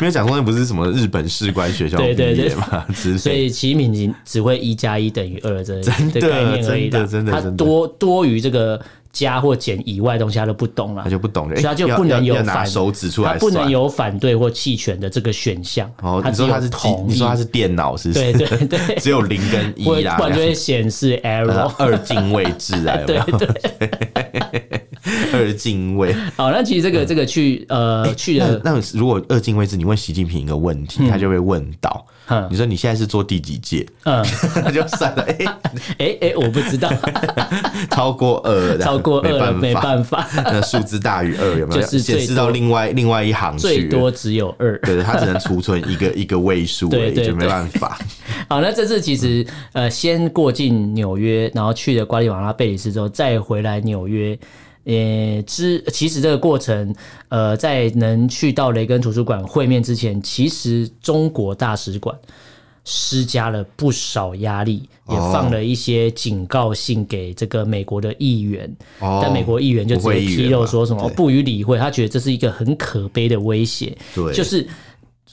Speaker 2: 没有讲说那不是什么日本士官学校毕
Speaker 1: 对对对
Speaker 2: 业嘛之
Speaker 1: 所
Speaker 2: 类的。
Speaker 1: 以习近平只会一加一等于二这这
Speaker 2: 真的
Speaker 1: 概念而已啦
Speaker 2: 真的真的
Speaker 1: 他
Speaker 2: 真的
Speaker 1: 多多多于这个加或减以外的东西，他都不懂了啊
Speaker 2: 他。就不懂，
Speaker 1: 所以他
Speaker 2: 哎
Speaker 1: 就
Speaker 2: 要
Speaker 1: 不能有
Speaker 2: 要要拿
Speaker 1: 反
Speaker 2: 手指出
Speaker 1: 他
Speaker 2: 来，
Speaker 1: 不能。有反对或弃权的这个选项，
Speaker 2: 哦，你
Speaker 1: 只
Speaker 2: 说
Speaker 1: 有
Speaker 2: 它是机
Speaker 1: 同意，
Speaker 2: 你说它是电脑是不
Speaker 1: 对
Speaker 2: 是？，
Speaker 1: 对对
Speaker 2: 只有零跟
Speaker 1: 不
Speaker 2: 一
Speaker 1: 然
Speaker 2: 啦，
Speaker 1: 不然就
Speaker 2: 两
Speaker 1: 会显示 error
Speaker 2: 呃。二进位制 啊，有没
Speaker 1: 对
Speaker 2: 有？
Speaker 1: 哦对，
Speaker 2: 二 进位。
Speaker 1: 好，那其实这个这个去呃去
Speaker 2: 那
Speaker 1: 了，
Speaker 2: 那如果二进位制，你问习近平一个问题，他就会问到
Speaker 1: 嗯，
Speaker 2: 你说你现在是做第几届？
Speaker 1: 嗯，
Speaker 2: 他就算了，哎，
Speaker 1: 哎哎，我不知道，
Speaker 2: 超过二，
Speaker 1: 超过二了没
Speaker 2: 法，
Speaker 1: 办 法，
Speaker 2: 那数字大于二有没有？
Speaker 1: 就是最
Speaker 2: 显
Speaker 1: 多
Speaker 2: 示到另外另外一行去
Speaker 1: 最多只有二。
Speaker 2: 对，他只能储存一个一个位数而
Speaker 1: 对
Speaker 2: 已，
Speaker 1: 对
Speaker 2: 就没
Speaker 1: 对
Speaker 2: 办法。
Speaker 1: 好，那这次其实呃，先过境纽约，然后去了瓜地马拉、贝里斯之后，再回来纽约。呃，之其实这个过程，呃，在能去到雷根图书馆会面之前，其实中国大使馆施加了不少压力，也
Speaker 2: 哦
Speaker 1: 放了一些警告信给这个美国的议员。
Speaker 2: 哦
Speaker 1: 但美国议员就直
Speaker 2: 国
Speaker 1: 接
Speaker 2: 会议员
Speaker 1: 批斗
Speaker 2: 嘛
Speaker 1: 说什么、哦
Speaker 2: 对
Speaker 1: 不予理会，他觉得这是一个很可悲的威胁。
Speaker 2: 对，
Speaker 1: 就是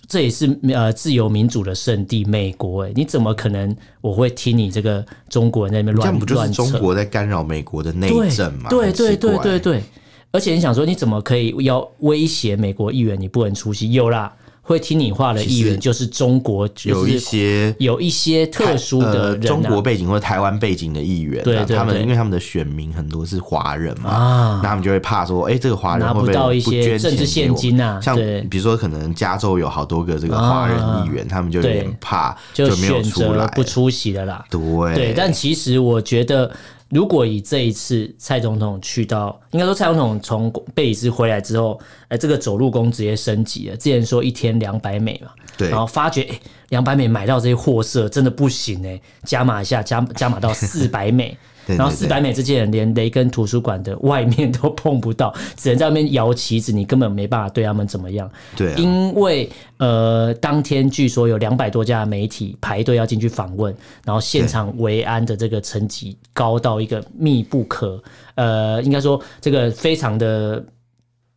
Speaker 1: 这也是呃自由民主的圣地，美国哎、你怎么可能我会听你这个中国人在那边
Speaker 2: 这样
Speaker 1: 乱
Speaker 2: 不就是
Speaker 1: 乱
Speaker 2: 中
Speaker 1: 扯？
Speaker 2: 国在干扰美国的内
Speaker 1: 对
Speaker 2: 政吗？
Speaker 1: 对
Speaker 2: 很奇
Speaker 1: 对对
Speaker 2: 怪
Speaker 1: 对对，而且你想说你怎么可以要威胁美国议员你不能出席？有啦，会听你话的议
Speaker 2: 其
Speaker 1: 员
Speaker 2: 实
Speaker 1: 就是中国，
Speaker 2: 有一。些
Speaker 1: 有一些特殊的
Speaker 2: 呃
Speaker 1: 人、啊
Speaker 2: 中国背景或者台湾背景的议员啊，
Speaker 1: 对对
Speaker 2: 他们
Speaker 1: 对
Speaker 2: 因为他们的选民很多是华人嘛，
Speaker 1: 啊，
Speaker 2: 那他们就会怕说，哎，这个华人
Speaker 1: 拿
Speaker 2: 会
Speaker 1: 不
Speaker 2: 会
Speaker 1: 到一
Speaker 2: 不
Speaker 1: 些
Speaker 2: 捐
Speaker 1: 政治
Speaker 2: 钱给
Speaker 1: 现
Speaker 2: 我
Speaker 1: 金啊，
Speaker 2: 像
Speaker 1: 对，啊
Speaker 2: 比如说，可能加州有好多个这个华人议员，他们就有
Speaker 1: 对
Speaker 2: 点怕，
Speaker 1: 就
Speaker 2: 没有
Speaker 1: 选
Speaker 2: 出来
Speaker 1: 择。不出席了啦。
Speaker 2: 对
Speaker 1: 对，但其实我觉得，如果以这一次蔡总统去到，应该说蔡总统从贝里斯回来之后，呃，这个走路工直接升级了。之前说一天两百美嘛，
Speaker 2: 对
Speaker 1: 然后发觉哎，两、0百美买到这些货色真的不行哎、加码一下，加加码到四百美。
Speaker 2: 对对
Speaker 1: 然后四百美这些人连雷根图书馆的外面都碰不到，只能在外面摇旗子，你根本没办法对他们怎么样。
Speaker 2: 对啊
Speaker 1: 因为呃，当天据说有两百多家媒体排队要进去访问，然后现场维安的这个层级高到一个密不可，呃，应该说这个非常的。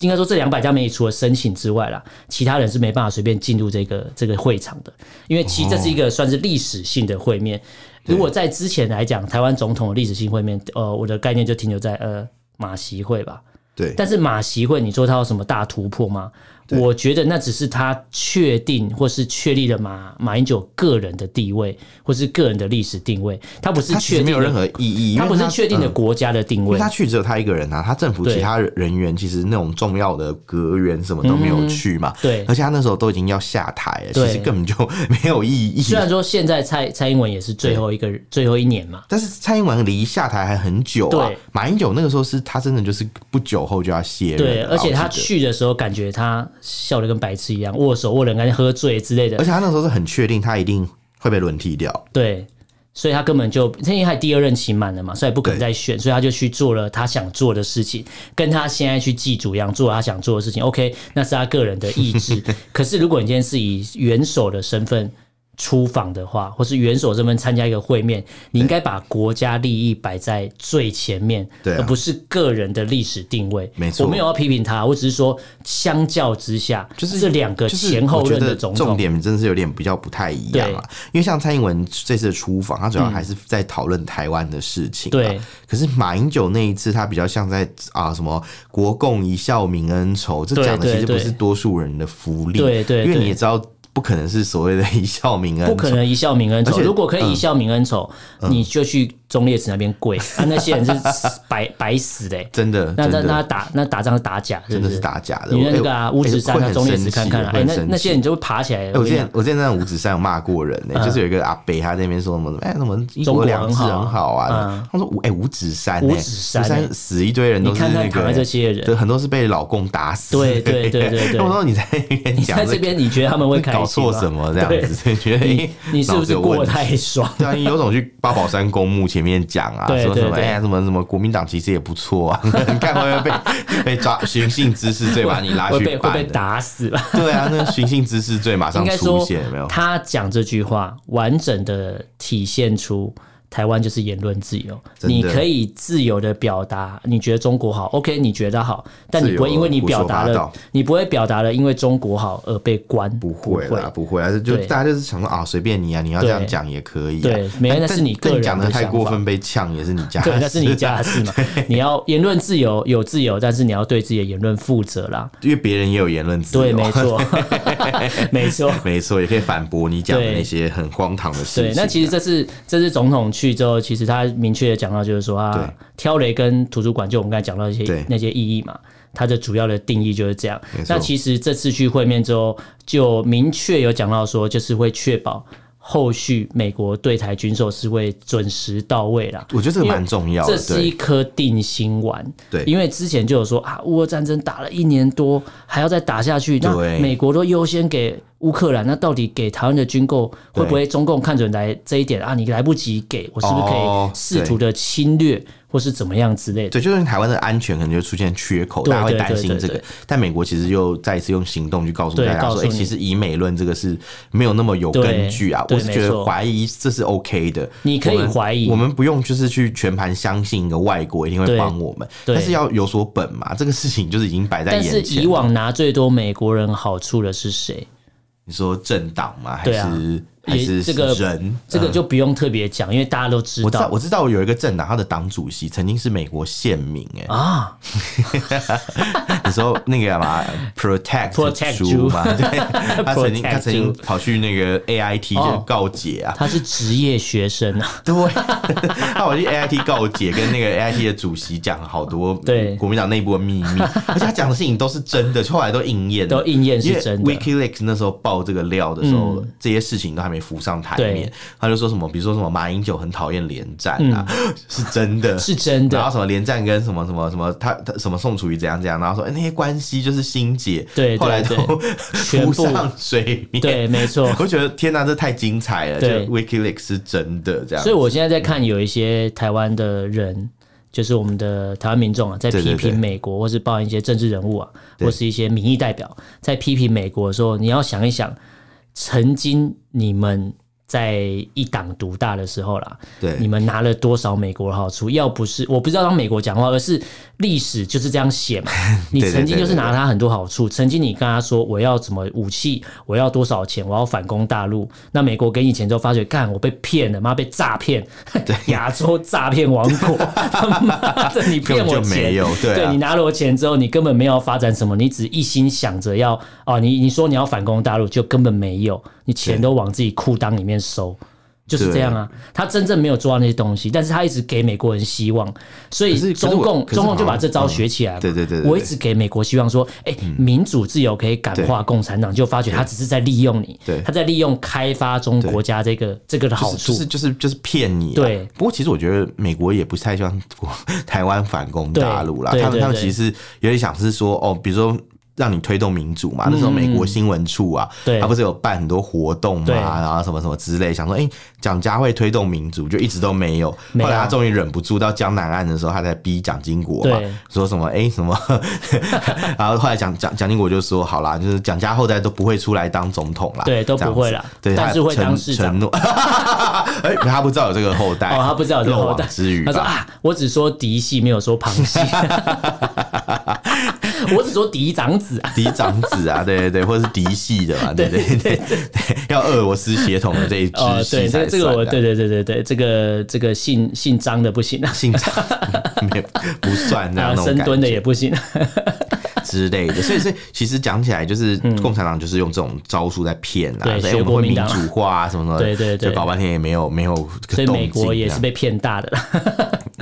Speaker 1: 应该说，这两百家媒体除了申请之外啦，其他人是没办法随便进入这个这个会场的，因为其实这是一个算是历史性的会面。如果在之前来讲，台湾总统的历史性会面，呃，我的概念就停留在呃马习会吧，
Speaker 2: 对，
Speaker 1: 但是马习会，你说他有什么大突破吗？
Speaker 2: 对
Speaker 1: 我觉得那只是他确定或是确立了马马英九个人的地位，或是个人的历史定位，他不是
Speaker 2: 他其
Speaker 1: 确
Speaker 2: 实没
Speaker 1: 定
Speaker 2: 有任
Speaker 1: 的，
Speaker 2: 何意义，因为
Speaker 1: 他不是确定的
Speaker 2: 嗯
Speaker 1: 国家的定
Speaker 2: 因为
Speaker 1: 位
Speaker 2: 他。去只有他一个人啊，他政府
Speaker 1: 对
Speaker 2: 其他人员其实那种重要的阁员什么都没有去嘛，
Speaker 1: 嗯对
Speaker 2: 而且他那时候都已经要下台了，
Speaker 1: 对
Speaker 2: 其实根本就没有意义。
Speaker 1: 虽然说现在蔡蔡英文也是最后一个最后一年嘛，
Speaker 2: 但是蔡英文离下台还很久啊
Speaker 1: 对，
Speaker 2: 马英九那个时候是他真的就是不久后就要卸任了，
Speaker 1: 对，而且他
Speaker 2: 我记得。
Speaker 1: 去的时候感觉他笑的跟白痴一样，握手握得很干喝醉之类的
Speaker 2: 而，且他那时候是很确定他一定会被轮替掉，
Speaker 1: 对，所以他根本就因为他第二任期满了嘛，所以不可能
Speaker 2: 对
Speaker 1: 再选，所以他就去做了他想做的事情，跟他现在去祭祖一样做他想做的事情。OK，那是他个人的意 志。可是如果你今天是以元首的身份。出访的话，或是元首身份参加一个会面，你应该把国家利益摆在最前面，
Speaker 2: 对啊
Speaker 1: 而不是个人的历史定位。
Speaker 2: 没错
Speaker 1: 我没有要批评他，我只是说，相较之下，
Speaker 2: 就是
Speaker 1: 这两个
Speaker 2: 就是
Speaker 1: 前后
Speaker 2: 我觉
Speaker 1: 任的
Speaker 2: 得
Speaker 1: 总
Speaker 2: 重
Speaker 1: 统，
Speaker 2: 点真的是有点比较不太一样啊，因为像蔡英文这次的出访，他主要还是在讨论台湾的事情、啊，
Speaker 1: 对。
Speaker 2: 可是马英九那一次，他比较像在啊什么国共一笑泯恩仇，这
Speaker 1: 对
Speaker 2: 讲的其实
Speaker 1: 对
Speaker 2: 不
Speaker 1: 对
Speaker 2: 是多数人的福利，
Speaker 1: 对对
Speaker 2: 因为
Speaker 1: 对
Speaker 2: 你也知道，不可能是所谓的一笑泯恩
Speaker 1: 不
Speaker 2: 仇，
Speaker 1: 可能一笑泯恩
Speaker 2: 而
Speaker 1: 仇。
Speaker 2: 且嗯
Speaker 1: 如果可以一笑泯恩仇，你就去忠烈祠那边 跪，啊，那些人是 白白死的欸。
Speaker 2: 真的，
Speaker 1: 那
Speaker 2: 真
Speaker 1: 那
Speaker 2: 的
Speaker 1: 那打那打仗是打假，是
Speaker 2: 真
Speaker 1: 不
Speaker 2: 的
Speaker 1: 是
Speaker 2: 是？打假的，
Speaker 1: 你
Speaker 2: 我
Speaker 1: 那个啊，
Speaker 2: 哎
Speaker 1: 五指山
Speaker 2: 哎
Speaker 1: 啊，
Speaker 2: 我
Speaker 1: 忠烈祠
Speaker 2: 会很生气
Speaker 1: 看看啊，
Speaker 2: 我
Speaker 1: 哎
Speaker 2: 会
Speaker 1: 那
Speaker 2: 很生
Speaker 1: 那
Speaker 2: 气
Speaker 1: 些人就会爬起来。
Speaker 2: 哎、
Speaker 1: 我
Speaker 2: 我
Speaker 1: 跟你
Speaker 2: 之前
Speaker 1: 讲
Speaker 2: 我之前在五指山有骂过人呢、就是有一个阿伯他在那边说什么，哎、怎么一国两
Speaker 1: 中国很
Speaker 2: 制
Speaker 1: 好
Speaker 2: 很好啊？
Speaker 1: 嗯
Speaker 2: 他说五哎、五指山、欸，
Speaker 1: 五指山欸
Speaker 2: 五指死一堆人都
Speaker 1: 你
Speaker 2: 是
Speaker 1: 看
Speaker 2: 那个、
Speaker 1: 看躺在这些人
Speaker 2: 对，很多是被老公打死。
Speaker 1: 对对对对对
Speaker 2: 我说你在那边
Speaker 1: 你
Speaker 2: 讲
Speaker 1: 在这
Speaker 2: 这个，
Speaker 1: 边，你觉得他们会开心
Speaker 2: 搞错
Speaker 1: 吗
Speaker 2: 什么这样子？所以觉得哎、
Speaker 1: 你你是不
Speaker 2: 脑子
Speaker 1: 是
Speaker 2: 有
Speaker 1: 过
Speaker 2: 问
Speaker 1: 得
Speaker 2: 题
Speaker 1: 太爽？
Speaker 2: 对啊，你有种去八宝山公墓前面讲啊，
Speaker 1: 对
Speaker 2: 说
Speaker 1: 对
Speaker 2: 什么
Speaker 1: 对
Speaker 2: 哎呀，什么什么国民党其实也不错啊， 你看会不会被被抓寻衅滋事罪把你拉
Speaker 1: 会
Speaker 2: 去
Speaker 1: 被会
Speaker 2: 办
Speaker 1: 被
Speaker 2: 的
Speaker 1: 打死吧？
Speaker 2: 对啊，那寻衅滋事罪马
Speaker 1: 应
Speaker 2: 上
Speaker 1: 该
Speaker 2: 出
Speaker 1: 说
Speaker 2: 现有没有，？
Speaker 1: 他讲这句话，完整的体现出台湾就是言论自由，
Speaker 2: 真的
Speaker 1: 你可以自由的表达你觉得中国好，OK，你觉得好，但你不会因为你表达
Speaker 2: 自
Speaker 1: 了
Speaker 2: 由胡说八道，
Speaker 1: 你不会表达了因为中国好而被关，
Speaker 2: 不会啦，不会啊，就
Speaker 1: 对
Speaker 2: 大家就是想说啊，随便你啊，你要这样
Speaker 1: 对
Speaker 2: 讲也可以、啊。
Speaker 1: 对没
Speaker 2: 但
Speaker 1: 那是你
Speaker 2: 但
Speaker 1: 个人
Speaker 2: 讲
Speaker 1: 的
Speaker 2: 的太
Speaker 1: 想
Speaker 2: 过
Speaker 1: 法
Speaker 2: 分，被呛也是你家的事。
Speaker 1: 对，那是你家的事 嘛。你要言论自由有自由，但是你要对自己的言论负责啦。
Speaker 2: 因为别人也有言论自由。
Speaker 1: 对，没。错， 没错。
Speaker 2: 没错，也可以反驳你讲的
Speaker 1: 对
Speaker 2: 那些很荒唐的事情
Speaker 1: 对，
Speaker 2: 啊、
Speaker 1: 那其实这次这次总统去之后，其实他明确的讲到，就是说
Speaker 2: 对
Speaker 1: 他挑雷跟图书馆，就我们刚才讲到一
Speaker 2: 对
Speaker 1: 些那些意义嘛，它的主要的定义就是这样
Speaker 2: 没错。
Speaker 1: 那其实这次去会面之后，就明确有讲到说，就是会确保后续美国对台军售是会准时到位啦。
Speaker 2: 我觉得这个蛮重要
Speaker 1: 这
Speaker 2: 的。
Speaker 1: 是一
Speaker 2: 对，
Speaker 1: 颗定心丸，
Speaker 2: 对
Speaker 1: 因为之前就有说啊，乌俄战争打了一年多，还要再打下去，那
Speaker 2: 对
Speaker 1: 美国都优先给乌克兰，那到底给台湾的军购
Speaker 2: 对
Speaker 1: 会不会中共看准来这一点啊？你来不及给我，是不是可
Speaker 2: 哦
Speaker 1: 以试图的侵略，或是怎么样之类的？
Speaker 2: 对，就是台湾的安全可能就出现缺口，
Speaker 1: 对
Speaker 2: 大家会
Speaker 1: 对
Speaker 2: 担
Speaker 1: 对
Speaker 2: 心
Speaker 1: 对
Speaker 2: 这个
Speaker 1: 对。
Speaker 2: 但美国其实又再一次用行动去告诉大
Speaker 1: 对
Speaker 2: 家
Speaker 1: 告
Speaker 2: 说，
Speaker 1: 诉
Speaker 2: 哎、
Speaker 1: 你
Speaker 2: 其实以美论这个是没有那么有
Speaker 1: 对
Speaker 2: 根据啊。
Speaker 1: 对
Speaker 2: 我是觉
Speaker 1: 没
Speaker 2: 得
Speaker 1: 错
Speaker 2: 怀疑这是 OK 的，
Speaker 1: 你可以
Speaker 2: 我们
Speaker 1: 怀疑
Speaker 2: 我们不用就是去全盘相信一个外国一定会
Speaker 1: 对
Speaker 2: 帮我们，
Speaker 1: 对
Speaker 2: 但是要有所本嘛。这个事情就是已经摆在
Speaker 1: 但
Speaker 2: 眼前了。
Speaker 1: 是以往拿最多美国人好处的是谁？
Speaker 2: 你说政党吗？还
Speaker 1: 对
Speaker 2: 是、
Speaker 1: 啊
Speaker 2: 还是
Speaker 1: 也这个
Speaker 2: 人？
Speaker 1: 这个就不用特别讲，因为大家都知
Speaker 2: 嗯我知道，
Speaker 1: 道
Speaker 2: 我知道有一个政党，他的党主席曾经是美国县民、欸，哎、
Speaker 1: 啊。
Speaker 2: 你说那个嘛，protect
Speaker 1: Protect
Speaker 2: 猪
Speaker 1: you
Speaker 2: 嘛，对，他曾 经
Speaker 1: Protect
Speaker 2: 他曾经
Speaker 1: you
Speaker 2: 跑去那个 AIT 就
Speaker 1: 哦
Speaker 2: 告解啊，
Speaker 1: 他是职业学生 啊，
Speaker 2: 对， 他跑去 AIT 告解，跟那个 AIT 的主席讲了好多
Speaker 1: 对
Speaker 2: 国民党内部的秘 密，而且他讲的事情都是真的，后来都应验了，
Speaker 1: 都应验是真的嗯
Speaker 2: 因为 WikiLeaks 那时候爆这个料的时候，这些事情都还没浮上台面
Speaker 1: 对，
Speaker 2: 他就说什么，比如说什么马英九很讨厌连战啊， 是真的，
Speaker 1: 嗯是真
Speaker 2: 然后
Speaker 1: 的。
Speaker 2: 什么连战跟什么什么什么他他什么宋楚瑜怎样怎样，然后说、哎那些关系就是心结，
Speaker 1: 对对
Speaker 2: 后来都
Speaker 1: 全
Speaker 2: 浮
Speaker 1: 部
Speaker 2: 上水面。
Speaker 1: 对，没错。
Speaker 2: 我觉得天哪、这太精彩了！就
Speaker 1: 对
Speaker 2: WikiLeaks 是真的这样，
Speaker 1: 所以我现在在看有一些台湾的人，就是我们的台湾民众啊，在
Speaker 2: 对对
Speaker 1: 批
Speaker 2: 对
Speaker 1: 评美国，或是抱怨一些政治人物啊，
Speaker 2: 对
Speaker 1: 或是一些民意代表，在批评美国的时候，你要想一想，曾经你们。在一党独大的时候啦，
Speaker 2: 对
Speaker 1: 你们拿了多少美国的好处？要不是我不知道当美国讲话，而是历史就是这样写 嘛。你
Speaker 2: 对对
Speaker 1: 曾经
Speaker 2: 对
Speaker 1: 就是
Speaker 2: 对
Speaker 1: 拿他很多好处，曾经你跟他说我要怎么武器，我要多少钱，我要反攻大陆，那美国给你钱之后发觉，干我被骗了，妈被诈骗， 亚洲诈骗王国， 他妈的你骗
Speaker 2: 根
Speaker 1: 我
Speaker 2: 本就没
Speaker 1: 钱，
Speaker 2: 有对啊
Speaker 1: 你拿了我钱之后，你根本没有发展什么，你只一心想着要哦，你你说你要反攻大陆，就根本没有，你钱
Speaker 2: 对
Speaker 1: 都往自己裤裆里面收。就是这样啊，他真正没有做到那些东西，但是他一直给美国人希望，所
Speaker 2: 可是
Speaker 1: 以
Speaker 2: 可是我
Speaker 1: 中共
Speaker 2: 可是
Speaker 1: 中共就
Speaker 2: 好像嗯
Speaker 1: 把这招学起来嘛。
Speaker 2: 对对对对
Speaker 1: 我一直给美国希望说，哎、
Speaker 2: 嗯
Speaker 1: 民主自由可以感化共产党，就发觉他只是在利用你
Speaker 2: 对，
Speaker 1: 他在利用开发中国家这个这个的好处
Speaker 2: 就。是就是就是骗你、啊。
Speaker 1: 对，
Speaker 2: 不过其实我觉得美国也不太希望国台湾反攻大陆啦，
Speaker 1: 对对
Speaker 2: 他们
Speaker 1: 对
Speaker 2: 他们
Speaker 1: 对
Speaker 2: 其实有点想是说哦，比如说。让你推动民主嘛？那时候美国新闻处啊，
Speaker 1: 嗯对
Speaker 2: 他不是有办很多活动嘛，
Speaker 1: 对
Speaker 2: 然后什么什么之类，想说，哎、蒋家会推动民主，就一直都没有。
Speaker 1: 没有
Speaker 2: 后来他终于忍不住，到江南岸的时候，他在逼蒋经国嘛
Speaker 1: 对，
Speaker 2: 说什么，哎、什么， 然后后来蒋蒋蒋经国就说，好啦，就是蒋家后代都不会出来当总统啦，
Speaker 1: 对都不
Speaker 2: 这样子
Speaker 1: 会啦
Speaker 2: 对，
Speaker 1: 但
Speaker 2: 他
Speaker 1: 是会
Speaker 2: 承
Speaker 1: 当市长
Speaker 2: 承诺， 哎、他不知道有这个后代
Speaker 1: 哦，他不知道有这个
Speaker 2: 漏
Speaker 1: 后
Speaker 2: 网
Speaker 1: 代
Speaker 2: 之鱼
Speaker 1: 他说
Speaker 2: 吧？
Speaker 1: 啊，我只说嫡系，没有说旁 系，我只说嫡长子啊。
Speaker 2: 嫡长子啊，对对对，或者是嫡系的嘛，对对对对， 要俄罗斯血统的这一
Speaker 1: 哦
Speaker 2: 支，系
Speaker 1: 对，这
Speaker 2: 才
Speaker 1: 个这个
Speaker 2: 算
Speaker 1: 我
Speaker 2: 的
Speaker 1: 对对对对对，这个这个姓姓张的不行啊，
Speaker 2: 姓张没不算那样
Speaker 1: 啊
Speaker 2: 那种
Speaker 1: 深
Speaker 2: 感
Speaker 1: 蹲的
Speaker 2: 觉
Speaker 1: 也不行，啊
Speaker 2: 之类的，所以所以其实讲起来，就是共产党就是用这种招数在骗啊，
Speaker 1: 嗯对
Speaker 2: 所以
Speaker 1: 学
Speaker 2: 我们
Speaker 1: 国
Speaker 2: 会
Speaker 1: 民
Speaker 2: 民
Speaker 1: 党
Speaker 2: 主化啊什么什么，
Speaker 1: 对对对
Speaker 2: 就搞半天也没有没有 动
Speaker 1: 所以
Speaker 2: 静这样，
Speaker 1: 美国也是被骗大的啦。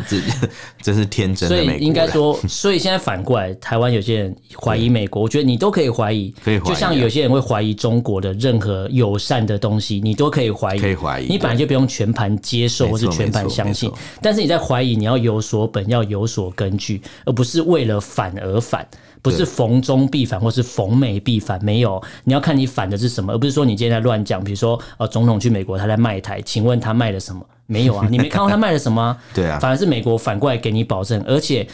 Speaker 2: 这 真是天真的
Speaker 1: 所
Speaker 2: 美国
Speaker 1: 以
Speaker 2: 人，
Speaker 1: 应该说，所以现在反过来，台湾有些人怀疑美国，我觉得你都可以怀疑，
Speaker 2: 可以怀疑啊
Speaker 1: 就像有些人会怀疑中国的任何友善的东西，你都可以怀疑，
Speaker 2: 可以怀疑
Speaker 1: 你本来就不用全盘接受
Speaker 2: 没
Speaker 1: 或
Speaker 2: 错
Speaker 1: 是全盘相信
Speaker 2: 没错没，
Speaker 1: 但是你在怀疑，你要有所本，要有所根据，而不是为了反而反。不是逢中必反，或是逢美必反，没有，你要看你反的是什么，而不是说你今天在乱讲。比如说，呃，总统去美国，他在卖台，请问他卖了什么？没 有啊，你没看到他卖了什么、啊？
Speaker 2: 对啊
Speaker 1: 反而是美国反过来给你保证，而且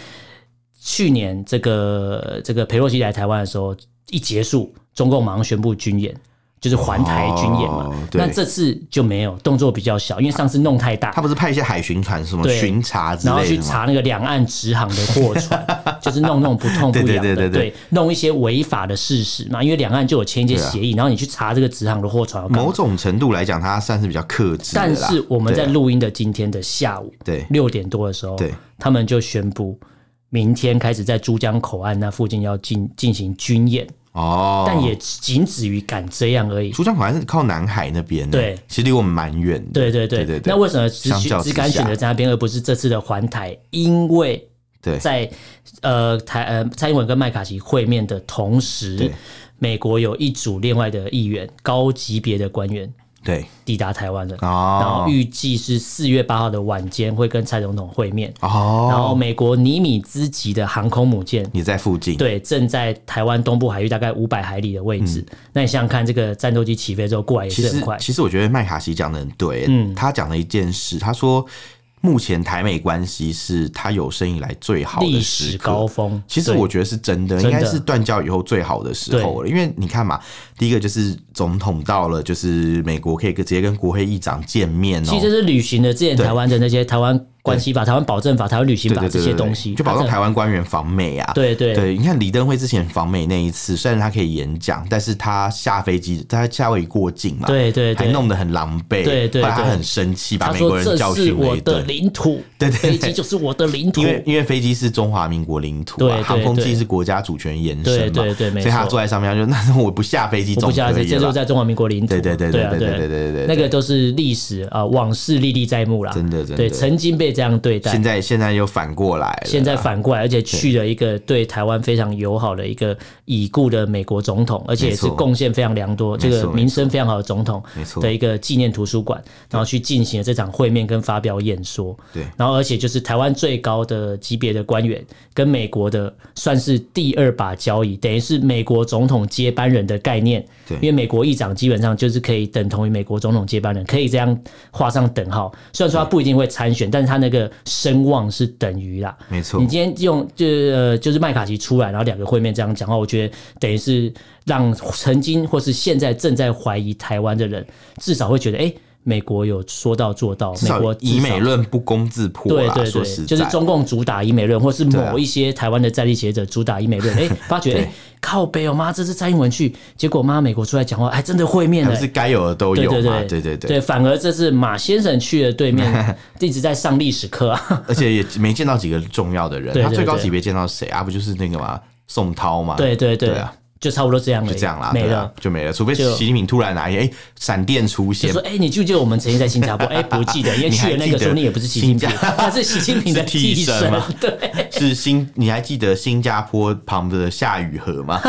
Speaker 1: 去年这个这个佩洛西来台湾的时候一结束，中共马上宣布军演，就是环台军演嘛。
Speaker 2: 哦对
Speaker 1: 那这次就没有动作比较小，因为上次弄太大
Speaker 2: 他。不是派一些海巡船什么
Speaker 1: 对
Speaker 2: 巡查之
Speaker 1: 然后
Speaker 2: 类
Speaker 1: 去
Speaker 2: 的吗？
Speaker 1: 查那个两岸直航的货船， 就是弄那种不痛不痒的，
Speaker 2: 对对对对对
Speaker 1: 弄一些违法的事实嘛。因为两岸就有签一些
Speaker 2: 对啊
Speaker 1: 协议，然后你去查这个直航的货船要干嘛
Speaker 2: 某种程度来讲，他算是比较克制的啦。
Speaker 1: 嗯但是我们在
Speaker 2: 对啊
Speaker 1: 录音的今天的下午，
Speaker 2: 对啊
Speaker 1: 六点多的时候，
Speaker 2: 对
Speaker 1: 他们就宣布明天开始在珠江口岸那附近要进进行军演，
Speaker 2: 哦，
Speaker 1: 但也仅止于敢这样而已。
Speaker 2: 珠江口岸是靠南海那边的，
Speaker 1: 对
Speaker 2: 其实离我们蛮远的。
Speaker 1: 对对对
Speaker 2: 对对，
Speaker 1: 那为什么只
Speaker 2: 相较之
Speaker 1: 只敢选
Speaker 2: 下
Speaker 1: 择在那边，而不是这次的环台？因为
Speaker 2: 对
Speaker 1: 在呃台呃蔡英文跟麦卡锡会面的同时
Speaker 2: 对，
Speaker 1: 美国有一组另外的议员高级别的官员
Speaker 2: 对
Speaker 1: 抵达台湾了，然
Speaker 2: 哦
Speaker 1: 后预计是四月八号的晚间会跟蔡总统会面。
Speaker 2: 哦，
Speaker 1: 然后美国尼米兹级的航空母舰，
Speaker 2: 你在附近，
Speaker 1: 对，正在台湾东部海域大概五百海里的位置。那你想想看，这个战斗机起飞之后过来也
Speaker 2: 嗯其
Speaker 1: 是很
Speaker 2: 实
Speaker 1: 快，嗯
Speaker 2: 其实我觉得麦卡锡讲的很对，他讲了一件事，他说目前台美关系是他有生以来最好
Speaker 1: 历
Speaker 2: 的
Speaker 1: 史
Speaker 2: 时
Speaker 1: 高
Speaker 2: 刻。
Speaker 1: 峰。
Speaker 2: 其实
Speaker 1: 对
Speaker 2: 我觉得是真的，应
Speaker 1: 真的
Speaker 2: 该是断交以后最好的时候了。因为你看嘛，第一个就是总统到了，就是美国可以直接跟国会议长见面哦、
Speaker 1: 其实就是履行了之前
Speaker 2: 对
Speaker 1: 台湾的那些台湾关系法、台湾保证法、台湾旅行
Speaker 2: 对
Speaker 1: 法
Speaker 2: 对
Speaker 1: 这
Speaker 2: 对
Speaker 1: 些
Speaker 2: 对对
Speaker 1: 东西，
Speaker 2: 就保障
Speaker 1: 它
Speaker 2: 台湾官员访美啊。
Speaker 1: 对对
Speaker 2: 对，你看李登辉之前访美那一次，虽然他可以演讲，但是他下飞机，他在夏威夷过境嘛，
Speaker 1: 对对
Speaker 2: 还
Speaker 1: 对。
Speaker 2: 弄得很狼狈，
Speaker 1: 对对
Speaker 2: 后来他
Speaker 1: 对
Speaker 2: 很生气，把
Speaker 1: 他
Speaker 2: 美
Speaker 1: 说
Speaker 2: 国：“人
Speaker 1: 这
Speaker 2: 教
Speaker 1: 是
Speaker 2: 训了
Speaker 1: 我
Speaker 2: 一
Speaker 1: 的
Speaker 2: 顿。
Speaker 1: 领土，
Speaker 2: 对对对
Speaker 1: 飞机就是我的领土
Speaker 2: 因。为因为飞机是中华民国领土
Speaker 1: 对
Speaker 2: 啊，
Speaker 1: 对
Speaker 2: 航空
Speaker 1: 对
Speaker 2: 器是国家主权延伸
Speaker 1: 对
Speaker 2: 嘛，
Speaker 1: 对对没
Speaker 2: 所以他
Speaker 1: 错
Speaker 2: 坐在上面，他就那我不下飞机
Speaker 1: 我
Speaker 2: 总
Speaker 1: 不加
Speaker 2: 可
Speaker 1: 这，
Speaker 2: 以
Speaker 1: 这
Speaker 2: 了
Speaker 1: 就是
Speaker 2: 吧。
Speaker 1: 在中华民国领土。
Speaker 2: 对对对
Speaker 1: 对啊
Speaker 2: 对对
Speaker 1: 啊
Speaker 2: 对对对对
Speaker 1: 那个都是历史啊、呃往事历历在目啦。
Speaker 2: 真的真的
Speaker 1: 对，曾经被这样对待，
Speaker 2: 现在现在又反过来了，
Speaker 1: 现在反过来，而且去了一个对台湾非常友好的一个已故的美国总统，而且也是
Speaker 2: 没错
Speaker 1: 贡献非常良多，这个名声非常好的总统
Speaker 2: 没错
Speaker 1: 的一个纪念图书馆，然后去进行了这场会面跟发表演说。
Speaker 2: 对
Speaker 1: 然后而且就是台湾最高的级别的官员跟美国的算是第二把交椅，等于是美国总统接班人的概念。
Speaker 2: 对
Speaker 1: 因为美国议长基本上就是可以等同于美国总统接班人，可以这样画上等号。虽然说他不一定会参选，但是他那个声望是等于啦。
Speaker 2: 没错
Speaker 1: 你今天用就是、呃、就是麦卡锡出来，然后两个会面这样讲话，我觉得等于是让曾经或是现在正在怀疑台湾的人，至少会觉得哎。诶美国有说到做到，
Speaker 2: 至
Speaker 1: 美
Speaker 2: 少
Speaker 1: 国
Speaker 2: 以
Speaker 1: 至少
Speaker 2: 美论不攻自破
Speaker 1: 对
Speaker 2: 啦，
Speaker 1: 对
Speaker 2: 说实
Speaker 1: 对，
Speaker 2: 在，
Speaker 1: 就是中共主打医美论，或是
Speaker 2: 啊
Speaker 1: 某一些台湾的在地学者主打医美论， 哎、发觉哎、
Speaker 2: 对
Speaker 1: 靠北哦妈，这次蔡英文去，结果妈美国出来讲话，还真的会面
Speaker 2: 还
Speaker 1: 了、
Speaker 2: 不是该有的都
Speaker 1: 对
Speaker 2: 有
Speaker 1: 对
Speaker 2: 嘛，
Speaker 1: 对
Speaker 2: 对对
Speaker 1: 对，反而这次马先生去了对 面，一直在上历史课啊。
Speaker 2: 而且也没见到几个重要的人，
Speaker 1: 对
Speaker 2: 他
Speaker 1: 对
Speaker 2: 最高
Speaker 1: 对
Speaker 2: 级别见到谁啊？不就是那个嘛，宋涛嘛？
Speaker 1: 对对
Speaker 2: 对啊，
Speaker 1: 就差不多这样了，
Speaker 2: 就这样啦，
Speaker 1: 没
Speaker 2: 对
Speaker 1: 了
Speaker 2: 啊。，就没了。除非
Speaker 1: 就
Speaker 2: 习近平突然来，哎，闪电出
Speaker 1: 就
Speaker 2: 现
Speaker 1: 说，哎、你记不记得我们曾经在新加坡？哎、不记得，因为
Speaker 2: 啊 你还
Speaker 1: 去的那个时候
Speaker 2: 记得
Speaker 1: 你也不是习近平
Speaker 2: 新，
Speaker 1: 他是习近平的
Speaker 2: 是替
Speaker 1: 替
Speaker 2: 身
Speaker 1: 身啊
Speaker 2: 吗。
Speaker 1: 对，
Speaker 2: 是新，你还记得新加坡旁的夏雨荷吗？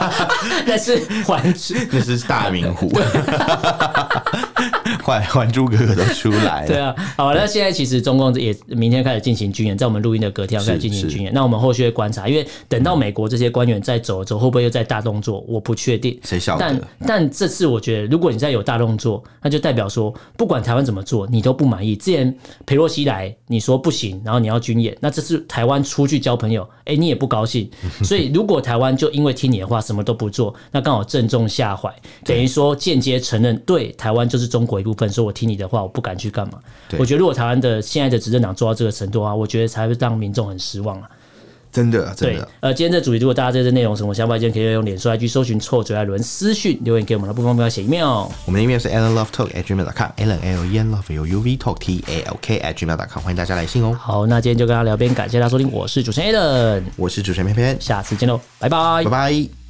Speaker 1: 那是还珠
Speaker 2: 那是大明湖， 还还珠格格都出来
Speaker 1: 对
Speaker 2: 了，
Speaker 1: 啊，好，那现在其实中共也明天开始进行军演，在我们录音的隔天要开始进行军演。那我们后续会观察，因为等到美国这些官员再走了之后，会不会又再大动作，我不确定。
Speaker 2: 谁晓
Speaker 1: 但
Speaker 2: 得？
Speaker 1: 但这次我觉得，如果你再有大动作，那就代表说，不管台湾怎么做，你都不满意。之前裴洛西来，你说不行，然后你要军演，那这次台湾出去交朋友，哎、你也不高兴。所以如果台湾就因为听你的话什么都不做，那刚好正中下怀，等于说间接承认对台湾就是中国一部分，所以我听你的话，我不敢去干嘛。
Speaker 2: 对
Speaker 1: 我觉得如果台湾的现在的执政党做到这个程度啊，我觉得才会让民众很失望啊。
Speaker 2: 真的啊真
Speaker 1: 对
Speaker 2: 的，，
Speaker 1: 呃，今天这主题，如果大家对这内容有什么想法，意见，可以用脸书 IG 搜寻“臭嘴艾伦”私讯留言给我们的，不方便要写 email。
Speaker 2: 我们的 email 是 alan love talk at gmail com alan l e n love u u v talk t a l k at gmail com，欢迎大家来信哦。
Speaker 1: 好，那今天就跟大家聊边，感谢大家收听，我是主持人 a l a n
Speaker 2: 我是主持人偏偏，
Speaker 1: 下次见喽，拜拜
Speaker 2: 拜拜。